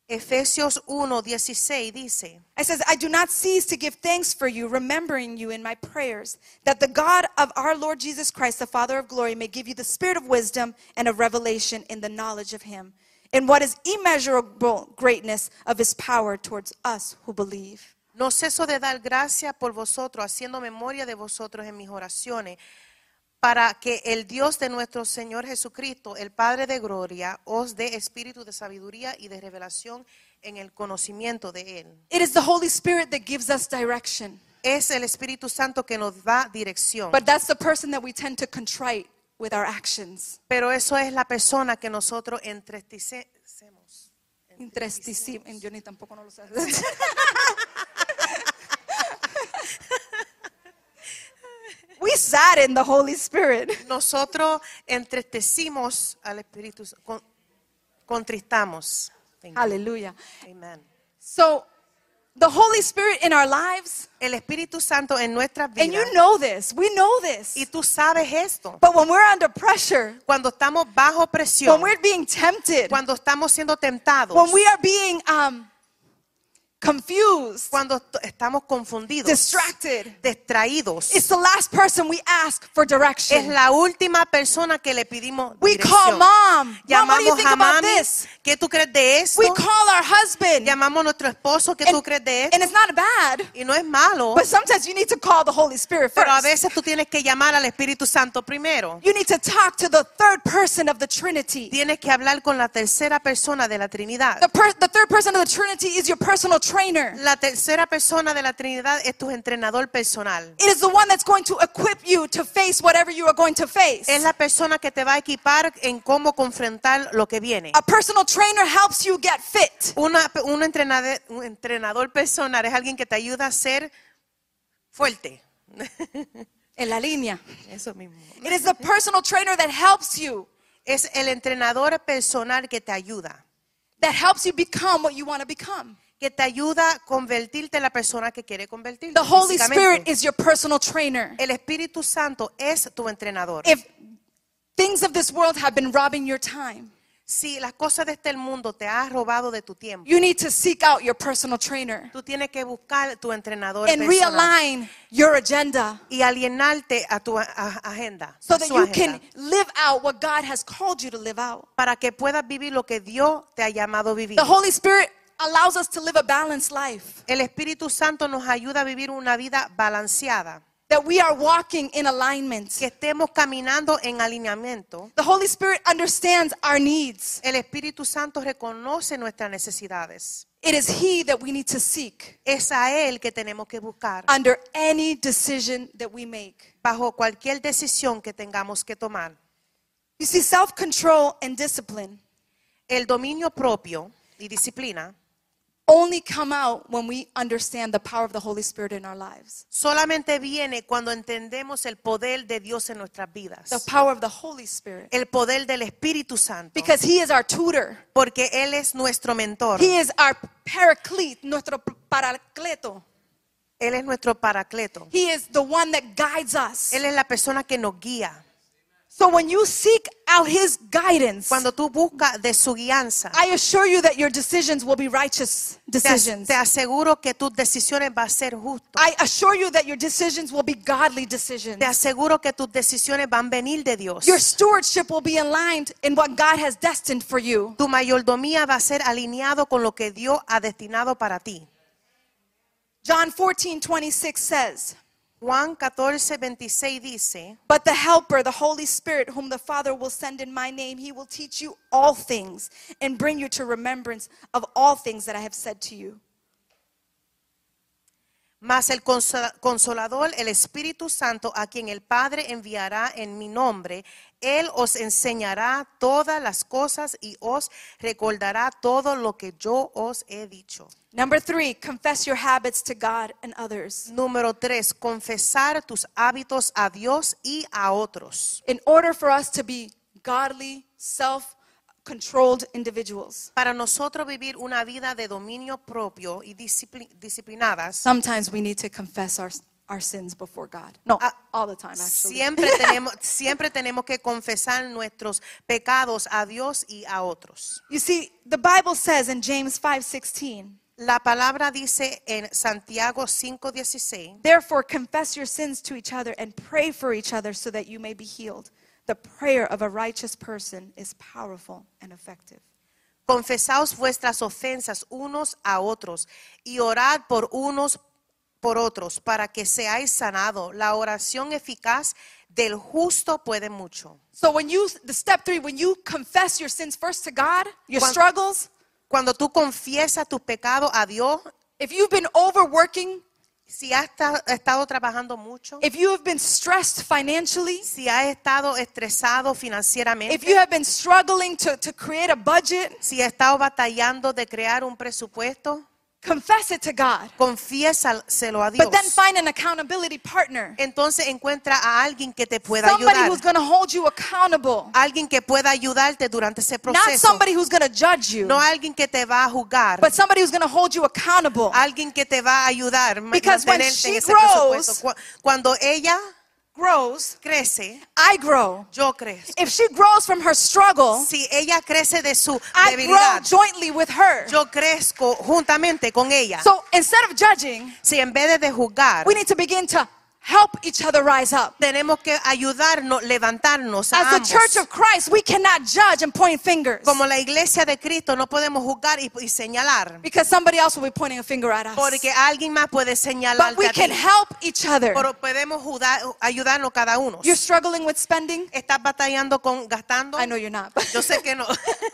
B: Efesios 1:16 dice,
A: It says, I do not cease to give thanks for you, remembering you in my prayers, that the God of our Lord Jesus Christ, the Father of glory, may give you the spirit of wisdom and of revelation in the knowledge of him, in what is immeasurable greatness of his power towards us who believe.
B: No ceso de dar gracias por vosotros, haciendo memoria de vosotros en mis oraciones, para que el Dios de nuestro Señor Jesucristo, el Padre de Gloria, os dé espíritu de sabiduría y de revelación en el conocimiento de Él.
A: It is the Holy Spirit that gives us direction,
B: Es el Espíritu Santo que nos da dirección,
A: but that's the person that we tend to contrite with our actions.
B: pero eso es la persona que nosotros entristecemos.
A: Intrestici- Yo ni tampoco no lo sé. we sadden the Holy Spirit.
B: Nosotros entristecimos al Espíritu, con- contristamos. Thank you.
A: Hallelujah.
B: Amen.
A: So, the Holy Spirit in our lives,
B: el Espíritu Santo en nuestras vidas.
A: and you know this, we know
B: y
A: this.
B: tú sabes esto.
A: But when we're under pressure,
B: Cuando estamos bajo presión,
A: when we're being tempted,
B: cuando estamos siendo tentados,
A: when we are being um, confused,
B: cuando t- estamos confundidos,
A: distracted,
B: distraídos,
A: it's the last person we ask for
B: es
A: direction.
B: la última persona que le pedimos
A: We
B: dirección.
A: call mom. Mom, what do you
B: Llamamos
A: think
B: a
A: about
B: mami.
A: this?
B: ¿Qué tú crees de esto?
A: We call our husband.
B: Llamamos a nuestro esposo. ¿Qué
A: And-
B: tú crees de esto?
A: And it's not bad,
B: Y no es malo,
A: but sometimes you need to call the Holy Spirit
B: pero a
A: first.
B: veces tú tienes que llamar al Espíritu Santo primero.
A: You need to talk to the third person of the Trinity.
B: Tienes que hablar con la tercera persona de la Trinidad.
A: The, per- the third person of the Trinity is your personal trainer.
B: La tercera persona de la Trinidad es tu entrenador personal.
A: It is the one that's going to equip you to face whatever you are going to face.
B: Es la persona que te va a equipar en cómo confrontar lo que viene.
A: A personal trainer helps you get fit.
B: Una- un, entrenade- un entrenador personal es alguien que te ayuda a ser fuerte.
A: En la línea.
B: Eso mismo.
A: It is the personal trainer that helps you,
B: Es el entrenador personal que te ayuda.
A: that helps you become what you want to become.
B: Que te ayuda a convertirte en la persona que quiere convertirte.
A: The Holy Spirit
B: físicamente.
A: is your personal trainer.
B: el Espíritu Santo es tu entrenador.
A: If things of this world have been robbing your time,
B: Si las cosas de este mundo te han robado de tu tiempo,
A: you need to seek out your personal trainer.
B: tú tienes que buscar tu entrenador
A: and
B: personal.
A: realign your agenda
B: y alienarte a tu a- a- agenda,
A: so
B: a
A: that
B: su
A: you
B: agenda,
A: can live out what God has called you to live out.
B: para que puedas vivir lo que Dios te ha llamado a vivir.
A: The Holy Spirit allows us to live a balanced life,
B: El Espíritu Santo nos ayuda a vivir una vida balanceada,
A: that we are walking in alignment.
B: que estemos caminando en alineamiento.
A: The Holy Spirit understands our needs.
B: El Espíritu Santo reconoce nuestras necesidades.
A: It is He that we need to seek
B: Es a Él que tenemos que buscar
A: under any decision that we make.
B: bajo cualquier decisión que tengamos que tomar.
A: You see, self control and discipline
B: El dominio propio y disciplina
A: only come out when we understand the power of the Holy Spirit in our lives.
B: solamente viene cuando entendemos el poder de Dios en nuestras
A: The
B: vidas,
A: power of the Holy Spirit.
B: el poder del Espíritu Santo,
A: Because He is our tutor,
B: porque Él es nuestro mentor,
A: He is our paraclete, nuestro paracleto.
B: Él es nuestro paracleto,
A: He is the one that guides us.
B: Él es la persona que nos guía.
A: So when you seek out His guidance,
B: Cuando tú buscas de su guianza,
A: I assure you that your decisions will be righteous
B: te, as-
A: decisions.
B: te aseguro que tus decisiones van a ser justas.
A: I assure you that your decisions will be godly decisions.
B: Te aseguro que tus decisiones van a venir de Dios.
A: Your stewardship will be aligned in what God has destined for you.
B: Tu mayordomía va a ser alineado con lo que Dios ha destinado para ti.
A: John 14, 26 says,
B: Juan 14, 26 dice,
A: But the Helper, the Holy Spirit, whom the Father will send in my name, he will teach you all things and bring you to remembrance of all things that I have said to you.
B: mas el consola- consolador, el Espíritu Santo, a quien el Padre enviará en mi nombre, Él os enseñará todas las cosas y os recordará todo lo que yo os he dicho.
A: Number three, confess your habits to God and others.
B: Número 3, confesar tus hábitos a Dios y a otros.
A: in order for us to be godly, self controlled individuals,
B: Para nosotros vivir una vida de dominio propio y discipli- disciplinadas,
A: sometimes we need to confess our, our sins before God. No, uh,
B: Ah,
A: all the time, actually.
B: siempre tenemos, siempre tenemos que confesar nuestros pecados a Dios y a otros.
A: You see, the Bible says in James 5:16,
B: La palabra dice en Santiago 5:16,
A: "Therefore confess your sins to each other and pray for each other so that you may be healed. The prayer of a righteous person is powerful and effective."
B: confesaos vuestras ofensas unos a otros y orad por unos por otros para que seáis sanados. La oración eficaz del justo puede mucho.
A: So when you the step 3, when you confess your sins first to God, your
B: Cuan-
A: struggles,
B: Cuando tú confiesas tus pecados a Dios,
A: if you've been overworking,
B: si has ta- estado trabajando mucho,
A: if you have been stressed financially,
B: si has estado estresado financieramente,
A: If you have been struggling to, to create a budget,
B: si has estado batallando de crear un presupuesto,
A: confess it to God.
B: confiésaselo a Dios.
A: But then find an accountability partner.
B: Entonces encuentra a alguien que te pueda
A: Somebody
B: ayudar,
A: who's going to hold you accountable.
B: alguien que pueda ayudarte durante ese
A: Not
B: proceso,
A: somebody who's going to judge you,
B: no alguien que te va a juzgar,
A: but somebody who's going to hold you accountable.
B: alguien que te va a ayudar ma-
A: Because when
B: mantenerte en
A: she
B: ese presupuesto.
A: grows-
B: Cu- Cuando ella
A: Grows,
B: crece,
A: I grow.
B: yo crezco.
A: If she grows from her struggle,
B: Si ella crece de su
A: I grow
B: debilidad,
A: jointly with her.
B: yo crezco juntamente con ella.
A: So instead of judging,
B: Si en vez de- de juzgar,
A: we need to begin to help each other rise up.
B: tenemos que ayudarnos, levantarnos a
A: As the
B: ambos.
A: church of Christ, we cannot judge and point fingers
B: Como la iglesia de Cristo no podemos juzgar y, y señalar,
A: because somebody else will be pointing a finger at us.
B: porque alguien más puede señalar.
A: But we can help each other.
B: Pero podemos judar- ayudarnos cada uno.
A: You're struggling with spending?
B: ¿Estás batallando con gastando?
A: I know you're not. but-
B: Yo sé que no.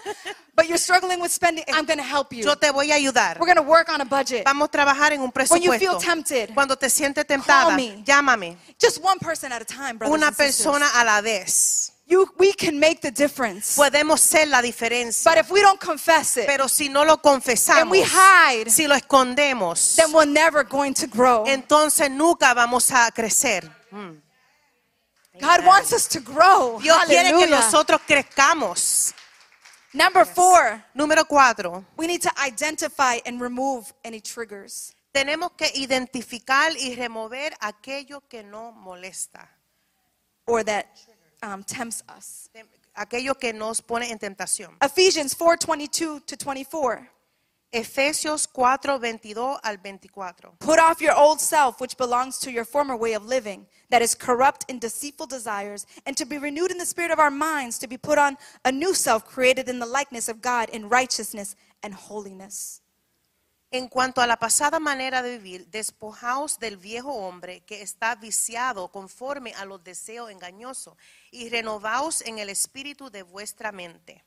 A: But you're struggling with spending. I'm going to help you.
B: Yo te voy a ayudar.
A: We're going to work on a budget.
B: Vamos a trabajar en un
A: When you
B: presupuesto.
A: feel tempted,
B: Cuando te sientes tentada,
A: call me.
B: llámame.
A: just one person at a time, brothers
B: Una
A: and sisters.
B: persona a la vez.
A: You, we can make the difference.
B: Podemos ser la diferencia.
A: But if we don't confess it,
B: Pero si no lo
A: and
B: confesamos,
A: we hide,
B: si lo escondemos,
A: then we're never going to grow.
B: entonces nunca vamos a crecer.
A: God wants us to grow.
B: Dios quiere que
A: Hallelujah.
B: nosotros crezcamos.
A: Number four,
B: Número cuatro,
A: we need to identify and remove any triggers.
B: tenemos que identificar y remover aquello que no molesta,
A: or that um, tempts us.
B: tem- aquello que nos pone en tentación.
A: Ephesians 4:22 to 24.
B: Efesios 4, 22 al 24.
A: Put off your old self which belongs to your former way of living that is corrupt in deceitful desires and to be renewed in the spirit of our minds to be put on a new self created in the likeness of God in righteousness and holiness.
B: En cuanto a la pasada manera de vivir, despojaos del viejo hombre que está viciado conforme a los deseos engañosos y renovaos en el espíritu de vuestra mente.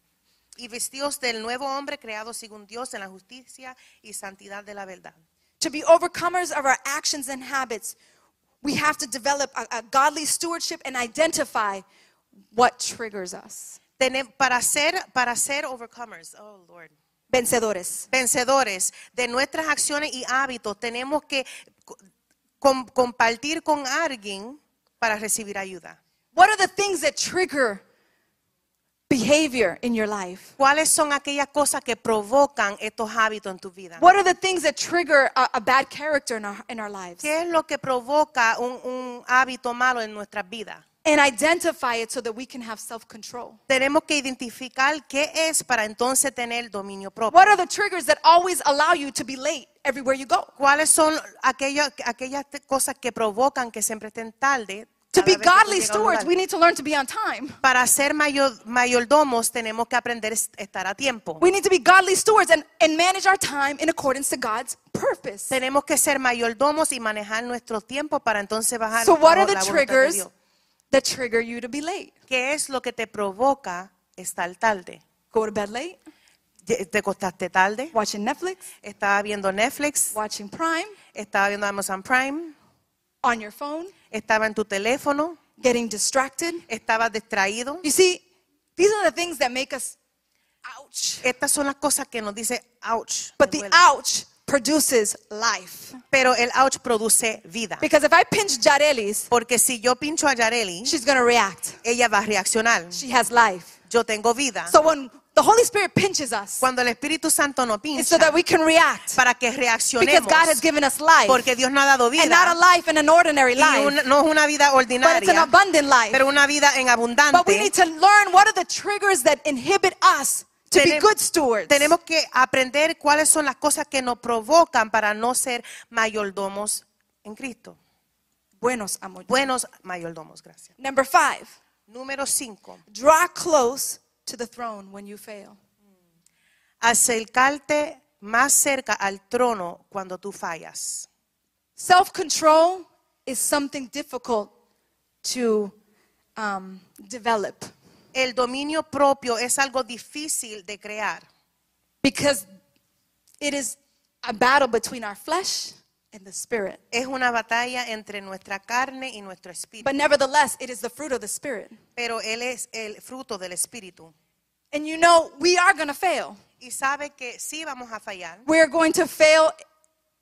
B: y vestidos del nuevo hombre creado según Dios en la justicia y santidad de la verdad.
A: To be overcomers of our actions and habits, we have to develop a, a godly stewardship and identify what triggers us.
B: Tene- para ser para ser overcomers, oh Lord,
A: Vencedores.
B: vencedores de nuestras acciones y hábitos, tenemos que co- com- compartir con alguien para recibir ayuda.
A: What are the things that trigger behavior in your life?
B: ¿Cuáles son aquellas cosas que provocan estos hábitos en tu vida?
A: What are the things that trigger a, a bad character in our, in our lives?
B: ¿Qué es lo que provoca un, un hábito malo en nuestras vidas?
A: And identify it so that we can have self control.
B: Tenemos que identificar qué es para entonces tener dominio propio.
A: What are the triggers that always allow you to be late everywhere you go?
B: ¿Cuáles son aquellas, aquellas te- cosas que provocan que siempre estén tarde?
A: To
B: cada
A: be
B: vez que tú
A: godly
B: llegas a un
A: stewards,
B: lugar?
A: we need to learn to be on time.
B: Para ser mayor- mayordomos tenemos que aprender a estar a tiempo.
A: We need to be godly stewards and, and manage our time in accordance to God's purpose.
B: Tenemos que ser mayordomos y manejar nuestro tiempo para entonces bajar
A: So, what
B: bajo
A: are the
B: la voluntad de
A: triggers
B: Dios.
A: that trigger you to be late?
B: ¿Qué es lo que te provoca estar tarde?
A: Go to bed late,
B: Ye- ¿Te costaste tarde?
A: watching Netflix,
B: ¿Estaba viendo Netflix?
A: watching Prime,
B: ¿Estaba viendo Amazon Prime?
A: on your phone,
B: ¿Estaba en tu teléfono?
A: getting distracted.
B: ¿Estaba distraído?
A: You see, these are the things that make us ouch.
B: Estas son las cosas que nos dice ouch. me
A: But the
B: duele.
A: ouch produces life.
B: Pero el ouch produce vida.
A: Because if I pinch Jarelis,
B: Porque si yo pincho a Yareli,
A: she's going to react.
B: ella va a reaccionar.
A: She has life.
B: Yo tengo vida.
A: So when the Holy Spirit pinches us,
B: Cuando el Espíritu Santo nos
A: it's so
B: pincha
A: that we can react.
B: para que
A: Because
B: reaccionemos,
A: God has given us life.
B: porque Dios nos ha dado
A: And not a
B: vida.
A: life in an ordinary
B: Y
A: life,
B: una- no es una vida
A: but it's an
B: ordinaria,
A: abundant life.
B: pero una vida en
A: But we need
B: abundante.
A: to learn what are the triggers that inhibit us to be
B: Tenem-
A: good stewards.
B: Tenemos que aprender cuáles son las cosas que nos provocan para no ser mayordomos en Cristo.
A: Buenos amor.
B: Buenos mayordomos, gracias.
A: Number five,
B: Número 5.
A: draw close to the throne when you fail.
B: Acercarte más cerca al trono cuando tú fallas.
A: Self control is something difficult to um, develop
B: El dominio propio es algo difícil de crear
A: because it is a battle between our flesh and the spirit.
B: es una batalla entre nuestra carne y nuestro espíritu,
A: But nevertheless, it is the fruit of the spirit.
B: pero Él es el fruto del espíritu.
A: And you know, we are going to fail.
B: Y sabe que sí vamos a fallar,
A: We're going to fail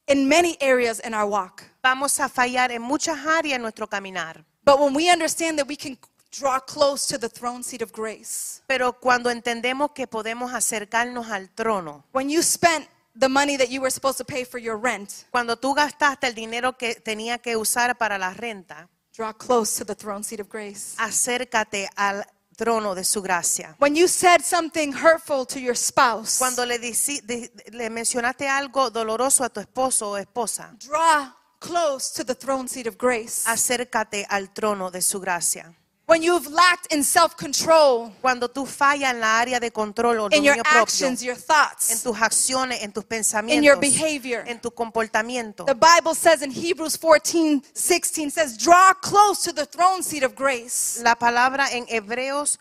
A: in many areas in our walk.
B: vamos a fallar en muchas áreas en nuestro caminar,
A: But when we understand that we can draw close to the throne seat of grace,
B: pero cuando entendemos que podemos acercarnos al trono,
A: when you spent the money that you were supposed to pay for your rent,
B: cuando tú gastaste el dinero que tenía que usar para la renta,
A: draw close to the throne seat of grace.
B: acércate al trono de su gracia.
A: When you said something hurtful to your spouse,
B: Cuando le, dici- de- le mencionaste algo doloroso a tu esposo o esposa,
A: draw close to the throne seat of grace.
B: acércate al trono de su gracia.
A: When you've lacked in self control
B: Cuando tú fallas en la área de control o
A: in your
B: dominio propio,
A: actions, your
B: en
A: thoughts,
B: tus acciones, en tus
A: in
B: pensamientos,
A: your behavior.
B: en tu comportamiento.
A: The Bible says in Hebrews 14 16 says, draw close to the throne seat of grace.
B: La palabra en Hebreos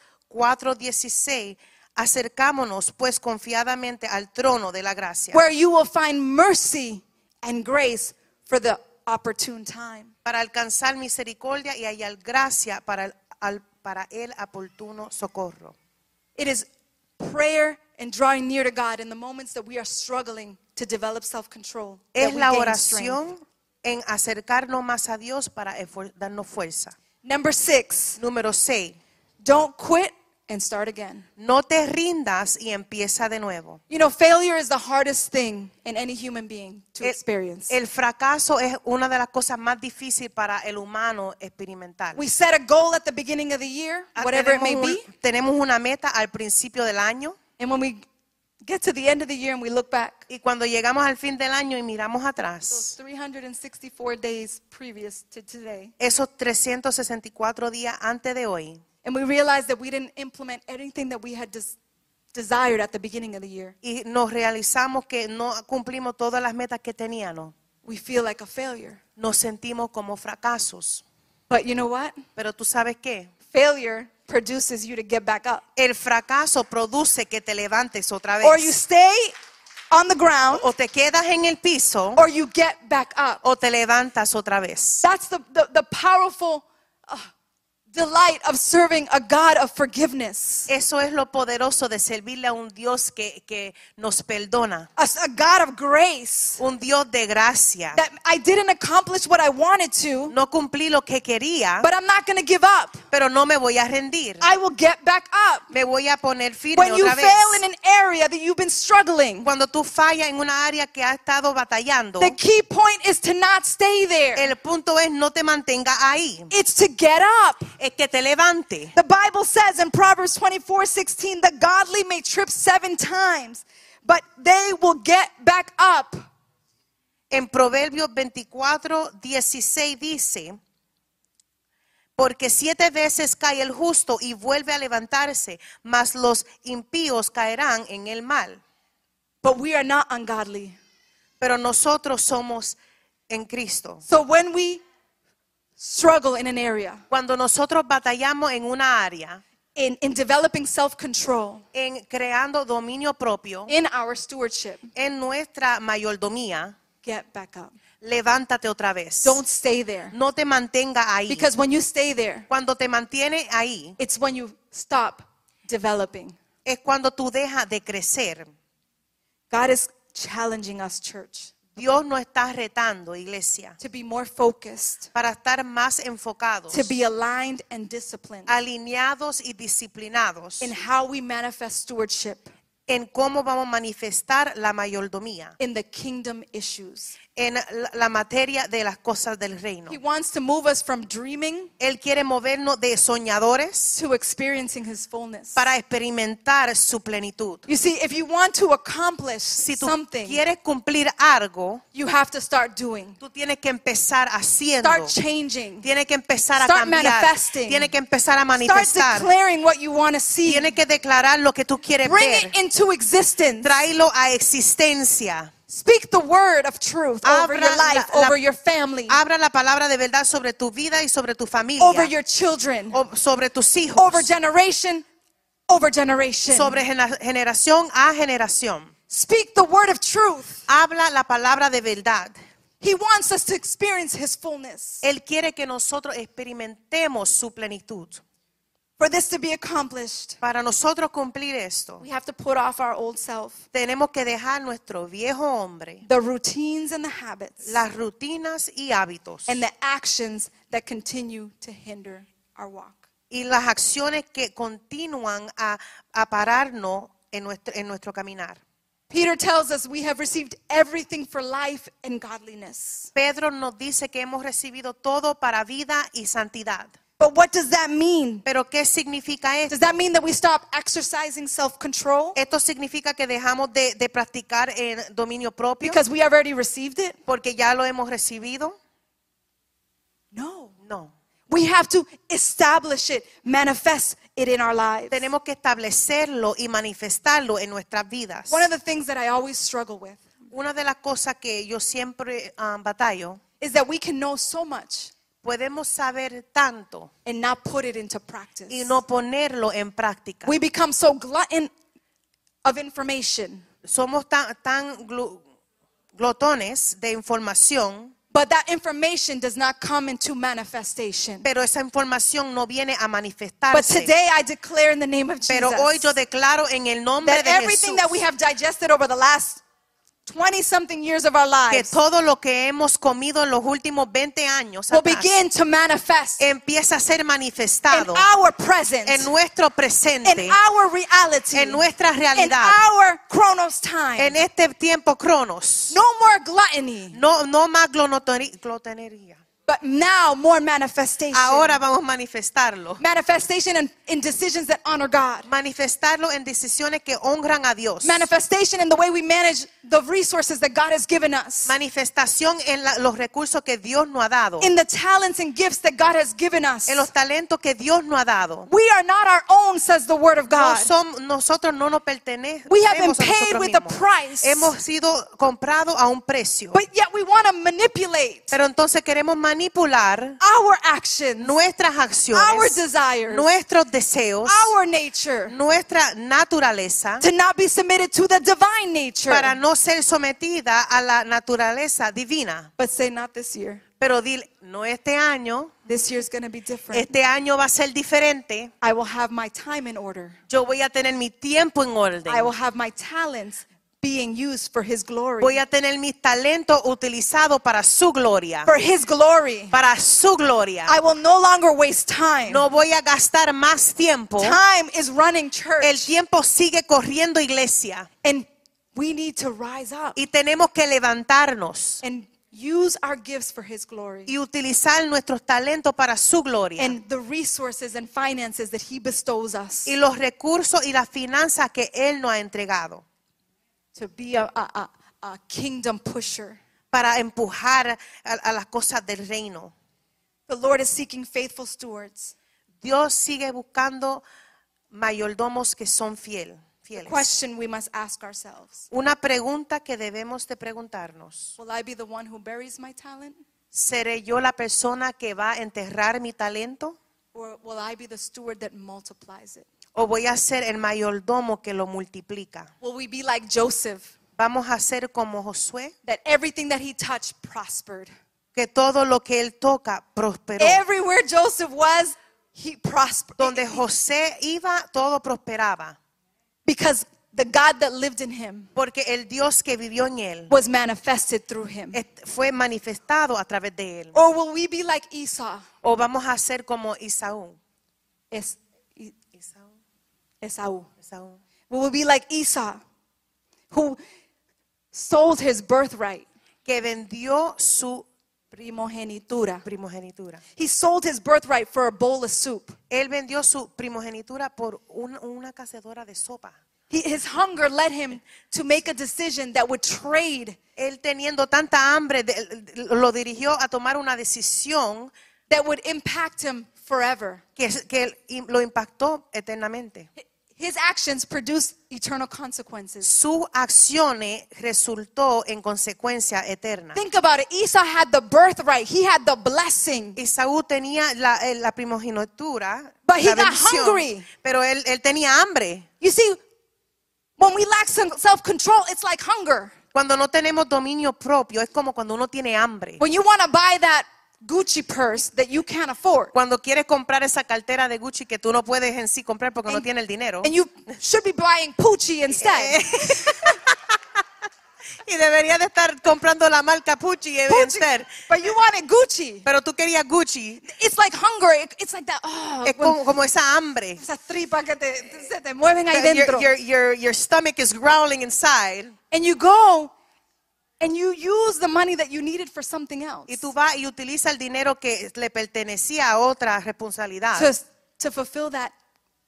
B: 4:16, acercámonos pues confiadamente al trono de la gracia
A: where you will find mercy and grace for the opportune time.
B: para alcanzar misericordia y hallar gracia para el, al- para el oportuno socorro.
A: It is prayer and drawing near to God in the moments that we are struggling to develop self control.
B: Es la oración en acercarnos más a Dios para esfor- darnos fuerza.
A: Number six,
B: Número 6.
A: don't quit and start again.
B: No te rindas y empieza de nuevo.
A: You know, failure is the hardest thing in any human being to
B: El-
A: experience.
B: El, fracaso es una de las cosas más difíciles para el humano experimentar.
A: we set a goal at the beginning of the year,
B: Ah,
A: whatever it may
B: tenemos,
A: be,
B: un- tenemos una meta al principio del año
A: and when we get to the end of the year and we look back,
B: y cuando llegamos al fin del año y miramos
A: those
B: atrás,
A: 364 days previous to today,
B: esos 364 días antes de hoy,
A: And we realized that we didn't implement anything that we had des- desired at the beginning of the year.
B: y nos realizamos que no cumplimos todas las metas que teníamos,
A: We feel like a failure.
B: nos sentimos como fracasos.
A: But you know what?
B: Pero tú sabes qué,
A: Failure produces you to get back up.
B: El fracaso produce que te levantes otra
A: Or you
B: vez.
A: stay on the ground
B: O te quedas en el piso
A: or you get back up.
B: o te levantas otra vez.
A: That's the, the, the powerful uh, delight of serving a God of forgiveness,
B: Eso es lo poderoso de servirle a un Dios que, que nos perdona.
A: a, a God of grace.
B: Un Dios de gracia.
A: That I didn't accomplish what I wanted to,
B: No cumplí lo que quería,
A: but I'm not going to give up.
B: pero no me voy a rendir.
A: I will get back up.
B: Me voy a poner firme
A: When you
B: otra vez.
A: fail in an area that you've been struggling,
B: Cuando tú fallas en una área que has estado batallando,
A: the key point is to not stay there.
B: el punto es no te mantenga ahí.
A: It's to get up.
B: Es que te levante.
A: The Bible says in Proverbs 24 16, the godly may trip seven times, but they will get back up.
B: En Proverbios 24, 16 dice, porque siete veces cae el justo y vuelve a levantarse, mas los impíos caerán en el mal.
A: But we are not ungodly.
B: Pero nosotros somos en Cristo.
A: So when we struggle in an area,
B: Cuando nosotros batallamos en una área,
A: in, in developing self control,
B: en creando dominio propio,
A: in our stewardship,
B: en nuestra mayordomía,
A: get back up.
B: levántate otra vez.
A: Don't stay there.
B: No te mantenga ahí.
A: Because when you stay there,
B: Cuando te mantiene ahí,
A: it's when you stop developing.
B: es cuando tú dejas de crecer.
A: God is challenging us, church,
B: Dios nos está retando, iglesia,
A: to be more focused,
B: para estar más enfocados,
A: to be aligned and disciplined
B: alineados y disciplinados
A: in how we manifest stewardship
B: en cómo vamos a manifestar la mayordomía,
A: in the kingdom issues.
B: en la- la materia de las cosas del reino.
A: He wants to move us from dreaming
B: Él quiere movernos de soñadores
A: to experiencing his fullness.
B: para experimentar su plenitud.
A: You see, if you want to accomplish
B: Si tú
A: something,
B: quieres cumplir algo,
A: you have to start doing,
B: tú tienes que empezar haciendo.
A: start changing,
B: Tienes que empezar a
A: Start
B: cambiar.
A: manifesting.
B: Tienes que empezar a
A: start
B: manifestar.
A: declaring what you want to see,
B: Tienes que declarar lo que tú quieres
A: bring
B: ver.
A: it into existence.
B: Tráelo a existencia.
A: Speak the word of truth over
B: Abra
A: your life,
B: la- la-
A: over your family,
B: Abra la palabra de verdad sobre tu vida y sobre tu familia.
A: over your children,
B: o- sobre tus hijos.
A: over generation, over generation.
B: sobre gena- generación a generación.
A: Speak the word of truth.
B: Habla la palabra de verdad.
A: He wants us to experience his fullness.
B: Él quiere que nosotros experimentemos su plenitud.
A: For this to be accomplished,
B: Para nosotros cumplir esto,
A: we have to put off our old self,
B: tenemos que dejar nuestro viejo hombre,
A: the routines and the habits,
B: las rutinas y hábitos
A: and the actions that continue to hinder our walk.
B: y las acciones que continúan a, a pararnos en nuestro, en nuestro caminar.
A: Peter tells us we have received everything for life and godliness.
B: Pedro nos dice que hemos recibido todo para vida y santidad.
A: But what does that mean?
B: Pero ¿qué significa esto?
A: Does that mean that we stop exercising self control
B: Esto significa que dejamos de, de practicar el dominio propio
A: because we have already received it?
B: porque ya lo hemos recibido.
A: No.
B: No.
A: We have to establish it, manifest it in our lives.
B: Tenemos que establecerlo y manifestarlo en nuestras vidas.
A: One of the things that I always struggle with
B: Una de las cosas que yo siempre ah, batallo,
A: is that we can know so much
B: podemos saber tanto
A: and not put it into practice.
B: y no ponerlo en práctica.
A: We become so glutton of information,
B: Somos tan, tan glu- glotones de información,
A: but that information does not come into manifestation.
B: pero esa información no viene a
A: But
B: manifestarse.
A: today I declare in the name of
B: pero hoy yo
A: Jesus
B: declaro en el nombre
A: that
B: de Jesús
A: everything that we have digested over the last 20 something years of our
B: que
A: lives
B: todo lo que hemos comido en los últimos 20 años
A: will
B: atrás
A: begin to manifest in
B: empieza a ser manifestado
A: our presence,
B: en nuestro presente,
A: in our reality,
B: en nuestra
A: in
B: realidad,
A: our chronos time.
B: en este tiempo cronos.
A: No more gluttony,
B: No, no más glonotori- glotonería.
A: but now more manifestation.
B: Ahora vamos a manifestarlo.
A: Manifestation in, in decisions that honor God.
B: Manifestarlo en decisiones que honran a Dios.
A: Manifestation in the way we manage the resources that God has given us.
B: Manifestación en la- los recursos que Dios nos ha dado,
A: In the talents and gifts that God has given us.
B: en los talentos que Dios nos ha dado.
A: We are not our own, says the word of
B: No
A: God.
B: som- nosotros no nos pertenecemos.
A: We have
B: a
A: been
B: nosotros
A: paid with a
B: mismos.
A: price.
B: Hemos sido comprados a un precio.
A: But yet we want to manipulate
B: Pero entonces queremos manipular
A: our actions,
B: nuestras
A: our
B: acciones,
A: desires,
B: nuestros deseos,
A: our nature,
B: nuestra naturaleza,
A: to not be submitted to the divine nature.
B: para no ser sometida a la naturaleza divina.
A: But say, not this year.
B: Pero dile, no este año,
A: This year's going to be different.
B: este año va a ser diferente.
A: I will have my time in order.
B: Yo voy a tener mi tiempo en
A: I will
B: orden.
A: have my talents being used for His glory.
B: Voy a tener mis talentos utilizados para su gloria.
A: For His glory.
B: Para su gloria.
A: I will no longer waste time.
B: No voy a gastar más tiempo.
A: Time is running
B: El
A: church.
B: tiempo sigue corriendo, iglesia.
A: And we need to rise up
B: Y tenemos que levantarnos
A: and use our gifts for His glory.
B: y utilizar nuestros talentos para su gloria.
A: and the resources and finances that he bestows us
B: Y los recursos y las finanzas que Él nos ha entregado
A: to be a, a, a, a kingdom pusher.
B: para empujar a, a las cosas del reino.
A: The Lord is seeking faithful stewards.
B: Dios sigue buscando mayordomos que son fiel, fieles.
A: Question we must ask ourselves
B: Una pregunta que debemos de preguntarnos.
A: Will I be the one who buries my talent?
B: ¿Seré yo la persona que va a enterrar mi talento?
A: Or will I be the steward that multiplies it?
B: ¿O voy a ser el mayordomo que lo multiplica?
A: Will we be like Joseph,
B: Vamos a ser como Josué,
A: that everything that he touched prospered?
B: que todo lo que él toca prosperó.
A: Everywhere Joseph was, he prospered.
B: Donde José iba, todo prosperaba,
A: Because the God that lived in him
B: porque el Dios que vivió en él
A: was manifested through him.
B: est- fue manifestado a través de él.
A: Or will we be like Esau?
B: O vamos a ser como Isaú.
A: Es, I-
B: Isaú,
A: Esau.
B: Isaú.
A: We will be like Esau, who sold his birthright,
B: Que vendió su
A: primogenitura.
B: primogenitura.
A: He sold his birthright for a bowl of soup.
B: Él vendió su primogenitura por un- una cazadora de sopa.
A: He, his hunger led him to make a decision that would trade,
B: Él teniendo tanta hambre, de- lo dirigió a tomar una decisión
A: that would impact him forever.
B: que, que lo impactó eternamente.
A: His actions produced eternal consequences.
B: Sus acciones resultó en consecuencia eterna.
A: Think about it. Esau had the birthright. He had the blessing.
B: Esaú tenía la, eh, la primogenitura,
A: But he
B: la
A: got
B: bendición,
A: hungry.
B: pero él, él tenía hambre.
A: You see, when we lack self-control, it's like hunger.
B: Cuando no tenemos dominio propio, es como cuando uno tiene hambre.
A: When you want to buy that Gucci purse that you can't afford,
B: Cuando quieres comprar esa cartera de Gucci que tú no puedes en sí comprar porque no
A: And-
B: tienes el dinero.
A: and you should be buying Poochie instead.
B: y deberías de estar comprando la marca Pucci y
A: Poochie, but you wanted Gucci.
B: Pero tú querías Gucci.
A: It's like hunger. It- It's like that. Oh,
B: Es
A: when
B: como, como esa hambre.
A: esas tripas que te, se te mueven ahí
B: That
A: dentro.
B: your, your, your, your stomach is growling inside.
A: And you go and you use the money that you needed for something else
B: Y tú vas y utilizas el dinero que le pertenecía a otra responsabilidad
A: to, to fulfill that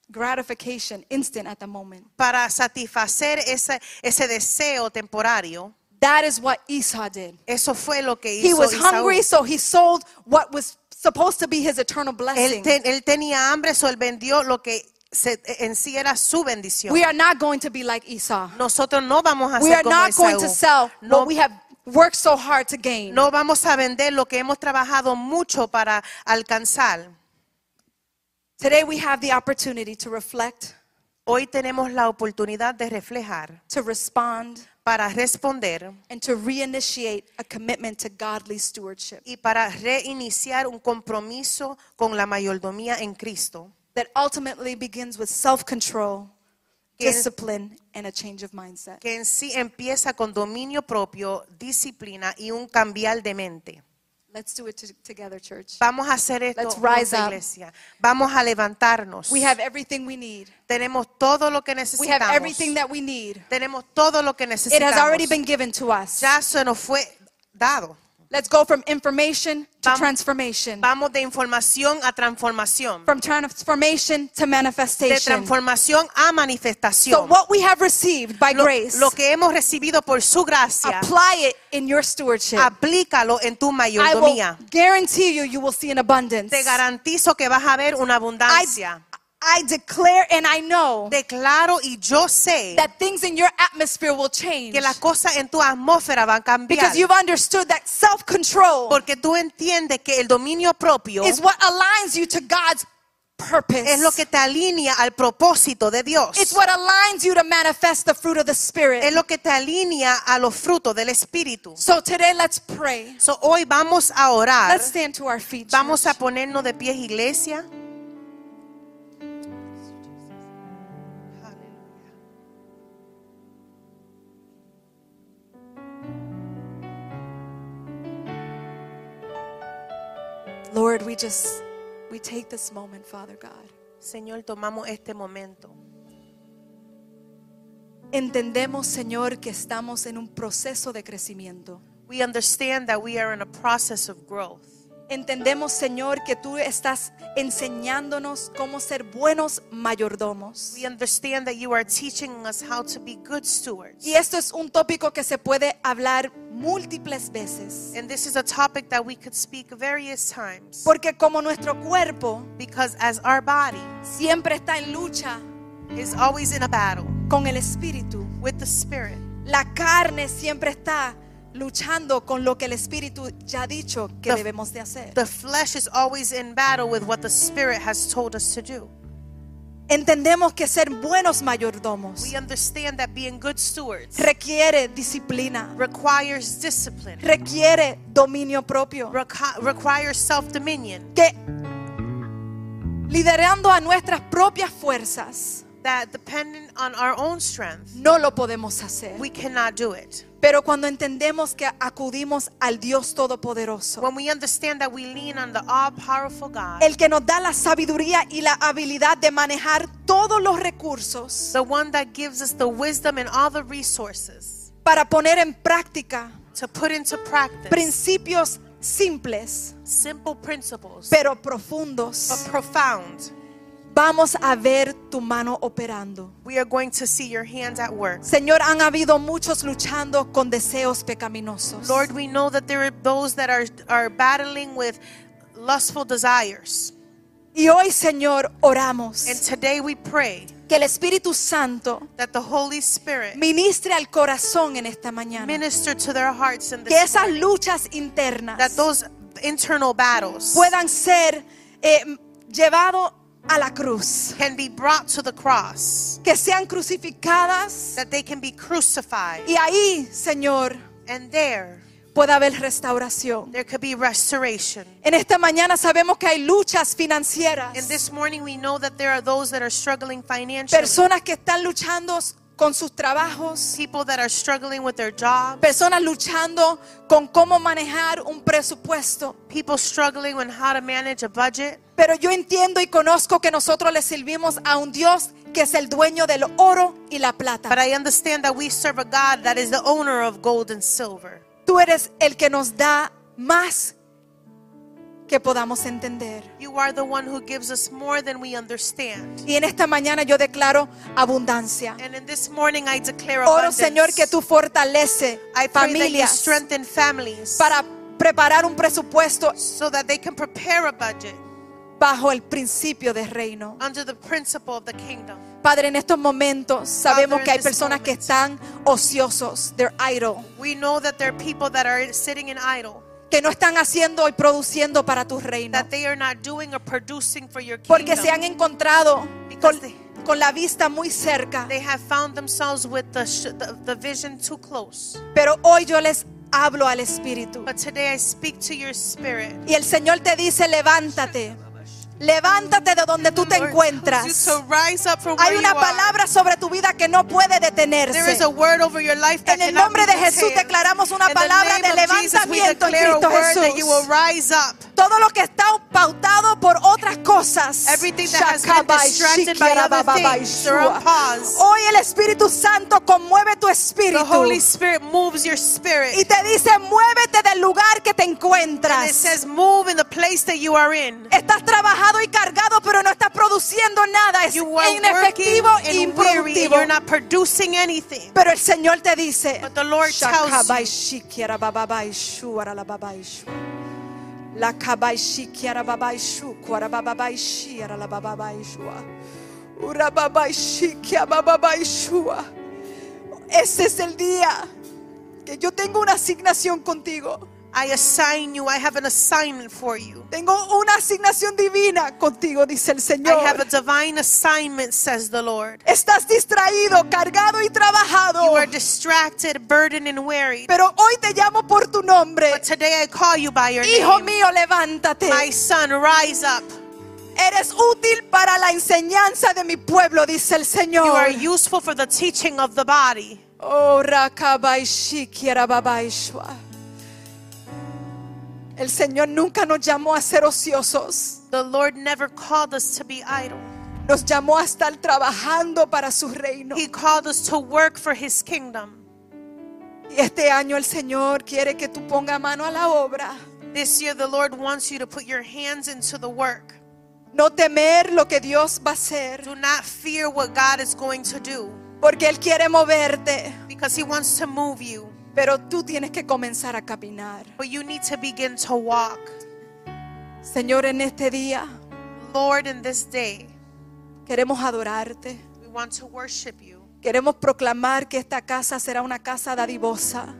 A: gratification instant at the moment.
B: para satisfacer ese, ese deseo temporario.
A: That is what Esau did.
B: Eso fue lo que hizo
A: He was
B: Esaú.
A: hungry, so he sold what was supposed to be his eternal
B: Él,
A: blessing.
B: te- él tenía hambre, so él vendió lo que se- en sí era su bendición.
A: We are not going to be like Esau.
B: Nosotros no vamos a
A: We
B: ser
A: are
B: como
A: not going to
B: Esaú.
A: sell
B: no,
A: what we have worked so hard to gain.
B: no vamos a vender lo que hemos trabajado mucho para alcanzar.
A: Today we have the opportunity to reflect,
B: Hoy tenemos la oportunidad de reflejar
A: to respond,
B: para responder
A: and to reinitiate a commitment to godly stewardship
B: y para reiniciar un compromiso con la mayordomía en Cristo,
A: that ultimately begins with self control,
B: Que-
A: discipline, and a change of mindset.
B: que en sí empieza con dominio propio, disciplina y un cambiar de mente.
A: Let's do it to- together, church.
B: Vamos a hacer esto,
A: Let's rise
B: juntos,
A: up.
B: iglesia. Vamos a levantarnos.
A: We have everything we need,
B: Tenemos todo lo que
A: we have
B: necesitamos.
A: everything that we need.
B: Tenemos todo lo que
A: It
B: necesitamos.
A: has already been given to us.
B: Ya se nos fue dado.
A: Let's go from information to
B: Vamos-
A: transformation,
B: Vamos de información a transformación,
A: from transformation to
B: de
A: manifestation.
B: transformación a
A: So
B: manifestación.
A: what we have received by
B: Lo,
A: grace,
B: lo que hemos recibido por su gracia.
A: apply it in your stewardship.
B: Ah, aplícalo en tu
A: I will
B: mayordomía.
A: guarantee you, you will see an abundance.
B: Te garantizo que vas a ver una
A: I,
B: abundancia.
A: I declare and I know
B: Declaro y yo sé
A: that things in your atmosphere will change
B: que las cosas en tu atmósfera van a cambiar.
A: because you've understood that self control
B: Porque tú entiendes que el dominio propio
A: is what aligns you to God's purpose.
B: es lo que te alinea al propósito de Dios.
A: It's what aligns you to manifest the fruit of the
B: Es
A: Spirit.
B: lo que te alinea a los frutos del Espíritu.
A: So today, let's pray.
B: So, hoy vamos a orar.
A: Let's stand to our feet.
B: Vamos a
A: church.
B: ponernos de pie, iglesia.
A: Lord, we just we take this moment, Father God.
B: Señor, tomamos este momento.
A: Entendemos, Señor, que estamos en un proceso de crecimiento.
B: We understand that we are in a process of growth.
A: Entendemos, Señor, que tú estás enseñándonos cómo ser buenos mayordomos.
B: We understand that you are teaching us how to be good stewards.
A: Y esto es un tópico que se puede hablar múltiples veces.
B: And this is a topic that we could speak various times.
A: Porque como nuestro cuerpo
B: Because as our body
A: siempre está en lucha
B: is always in a battle
A: con el espíritu,
B: with the spirit,
A: la carne siempre está luchando con lo que el espíritu ya ha dicho que
B: The-
A: debemos de hacer.
B: the flesh is always in battle with what the spirit has told us to do.
A: Entendemos que ser buenos mayordomos
B: We understand that being good stewards
A: requiere disciplina,
B: requires discipline,
A: requiere dominio propio.
B: requi- requires self dominion.
A: que liderando a nuestras propias fuerzas
B: That dependent on our own strength,
A: no lo podemos hacer.
B: we cannot do it.
A: Pero cuando entendemos que acudimos al Dios Todopoderoso,
B: When we understand that we lean on the all powerful God,
A: el que nos da la sabiduría y la habilidad de manejar todos los recursos
B: the one that gives us the wisdom and all the resources
A: para poner en práctica
B: to put into practice
A: principios simples
B: simple principles,
A: pero
B: but
A: profundos,
B: profound.
A: vamos a ver tu mano operando.
B: We are going to see your hand at work.
A: Señor, han habido muchos luchando con deseos pecaminosos.
B: Lord, we know that there are those that are, are battling with lustful desires.
A: Y hoy, Señor, oramos.
B: And today we pray
A: Que el Espíritu Santo
B: that the Holy Spirit
A: ministre al corazón en esta mañana.
B: minister to their hearts in
A: Que
B: this
A: esas luchas internas
B: that those internal battles
A: puedan ser eh, llevados a la cruz.
B: can be brought to the cross,
A: Que sean crucificadas.
B: that they can be crucified.
A: Y ahí, Señor,
B: And there
A: pueda haber restauración.
B: there could be restoration.
A: En esta mañana sabemos que hay luchas
B: And
A: financieras.
B: this morning we know that there are those that are struggling financially.
A: Personas que están luchando con sus trabajos.
B: People that are struggling with their job,
A: Personas luchando con cómo manejar un presupuesto.
B: people struggling with how to manage a budget.
A: Pero yo entiendo y conozco que nosotros le servimos a un Dios que es el dueño del oro y la
B: But
A: plata.
B: I understand that we serve a God that is the owner of gold and silver.
A: Tú eres el que nos da más que podamos entender.
B: You are the one who gives us more than we understand.
A: Y en esta mañana yo declaro abundancia.
B: And in this morning I declare
A: Oro,
B: abundance.
A: Señor, que tú fortaleces
B: I pray that you
A: familias
B: strengthen families
A: para preparar un presupuesto
B: so that they can prepare a budget
A: bajo el principio del reino.
B: under the principle of the kingdom.
A: Padre, en estos momentos sabemos
B: Father,
A: que hay
B: in this
A: personas que
B: moment.
A: están ociosos, they're idle,
B: We know that there are people that are sitting in idle,
A: que no están haciendo y produciendo para tu reino.
B: that they are not doing or producing for your kingdom.
A: porque se han encontrado con,
B: Because they-
A: con la vista muy cerca.
B: They have found themselves with the, sh- the, the vision too close.
A: Pero hoy yo les hablo al Espíritu.
B: But today I speak to your spirit.
A: Y el Señor te dice, levántate. Levántate de donde tú te
B: Lord, you
A: encuentras.
B: to rise up from
A: Hay
B: where
A: una
B: you are.
A: palabra sobre tu vida que no puede
B: There is
A: detenerse.
B: a word over your life that
A: En el
B: cannot
A: nombre de
B: be
A: Jesús
B: withheld.
A: declaramos una
B: In the
A: palabra
B: name
A: de
B: of Jesus, we
A: levantamiento en
B: declare a
A: Cristo
B: word that you will
A: Jesús.
B: rise up.
A: Todo lo que está pautado por otras cosas.
B: Everything that has been
A: Shakabai,
B: distracted by other
A: shikirababai,
B: things,
A: shua.
B: throw a pause.
A: Hoy el Espíritu Santo conmueve tu
B: The Holy
A: espíritu
B: Spirit moves your spirit.
A: y te dice, muévete del lugar que te
B: and it
A: encuentras.
B: says, move in the place that you are in.
A: Estás trabajado y cargado, pero no estás produciendo nada. Es
B: You are working
A: inefectivo e
B: and weary, and
A: improductivo.
B: you're not producing anything.
A: Pero el Señor te dice,
B: But the Lord tells you.
A: "Shakabai, shikirababai, shuaralababai, shua". La kabaishi kiara babaishu, kuara bababaishi, ara la bababaishua. Ura babaishi kia bababaishua. Ese es el día que yo tengo una asignación contigo.
B: I assign you, I have an assignment for you.
A: Tengo una asignación divina contigo, dice el
B: I have a
A: Señor.
B: divine assignment, says the Lord.
A: Estás distraído, cargado y
B: You
A: trabajado.
B: are distracted, burdened, and wearied.
A: Pero hoy te llamo por tu nombre.
B: But today I call you by your
A: Hijo
B: name.
A: mío, levántate.
B: My son, rise up.
A: Eres útil para la enseñanza de mi pueblo, dice el
B: You
A: Señor.
B: are useful for the teaching of the body.
A: Oh, rakabaishi, kirababaishwa. El Señor nunca nos llamó a ser ociosos.
B: The Lord never called us to be idle.
A: Nos llamó a estar trabajando para su reino.
B: He called us to work for his kingdom.
A: Y este año el Señor quiere que tú ponga mano a la obra.
B: This year the Lord wants you to put your hands into the work.
A: No temer lo que Dios va a hacer,
B: Do not fear what God is going to do
A: porque Él quiere moverte.
B: because he wants to move you,
A: Pero tú tienes que comenzar a caminar.
B: but you need to begin to walk.
A: Señor, en este día
B: Lord, in this day,
A: queremos adorarte.
B: we want to worship you.
A: Queremos proclamar que esta casa será una casa dadivosa.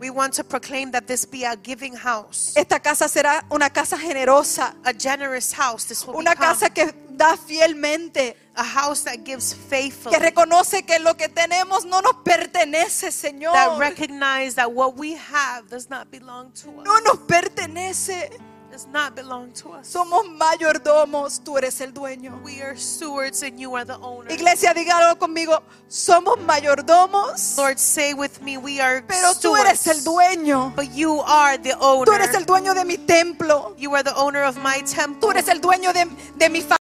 B: We want to proclaim that this be a giving house,
A: Esta casa será una casa generosa.
B: a generous house. This will
A: Una
B: become
A: casa que da fielmente.
B: a house that gives faithfully,
A: Que reconoce que lo que tenemos no nos pertenece,
B: that
A: Señor.
B: recognize that what we have does not belong to us.
A: No nos pertenece.
B: does not belong to us.
A: Somos mayordomos. Tú eres el dueño.
B: We are stewards and you are the owner.
A: Iglesia, dígalo conmigo. Somos mayordomos.
B: Lord, say with me, we are
A: Pero tú
B: stewards.
A: eres el dueño.
B: But you are the owner.
A: Tú eres el dueño de mi templo.
B: You are the owner of my temple.
A: Tú eres el dueño de, de mi familia.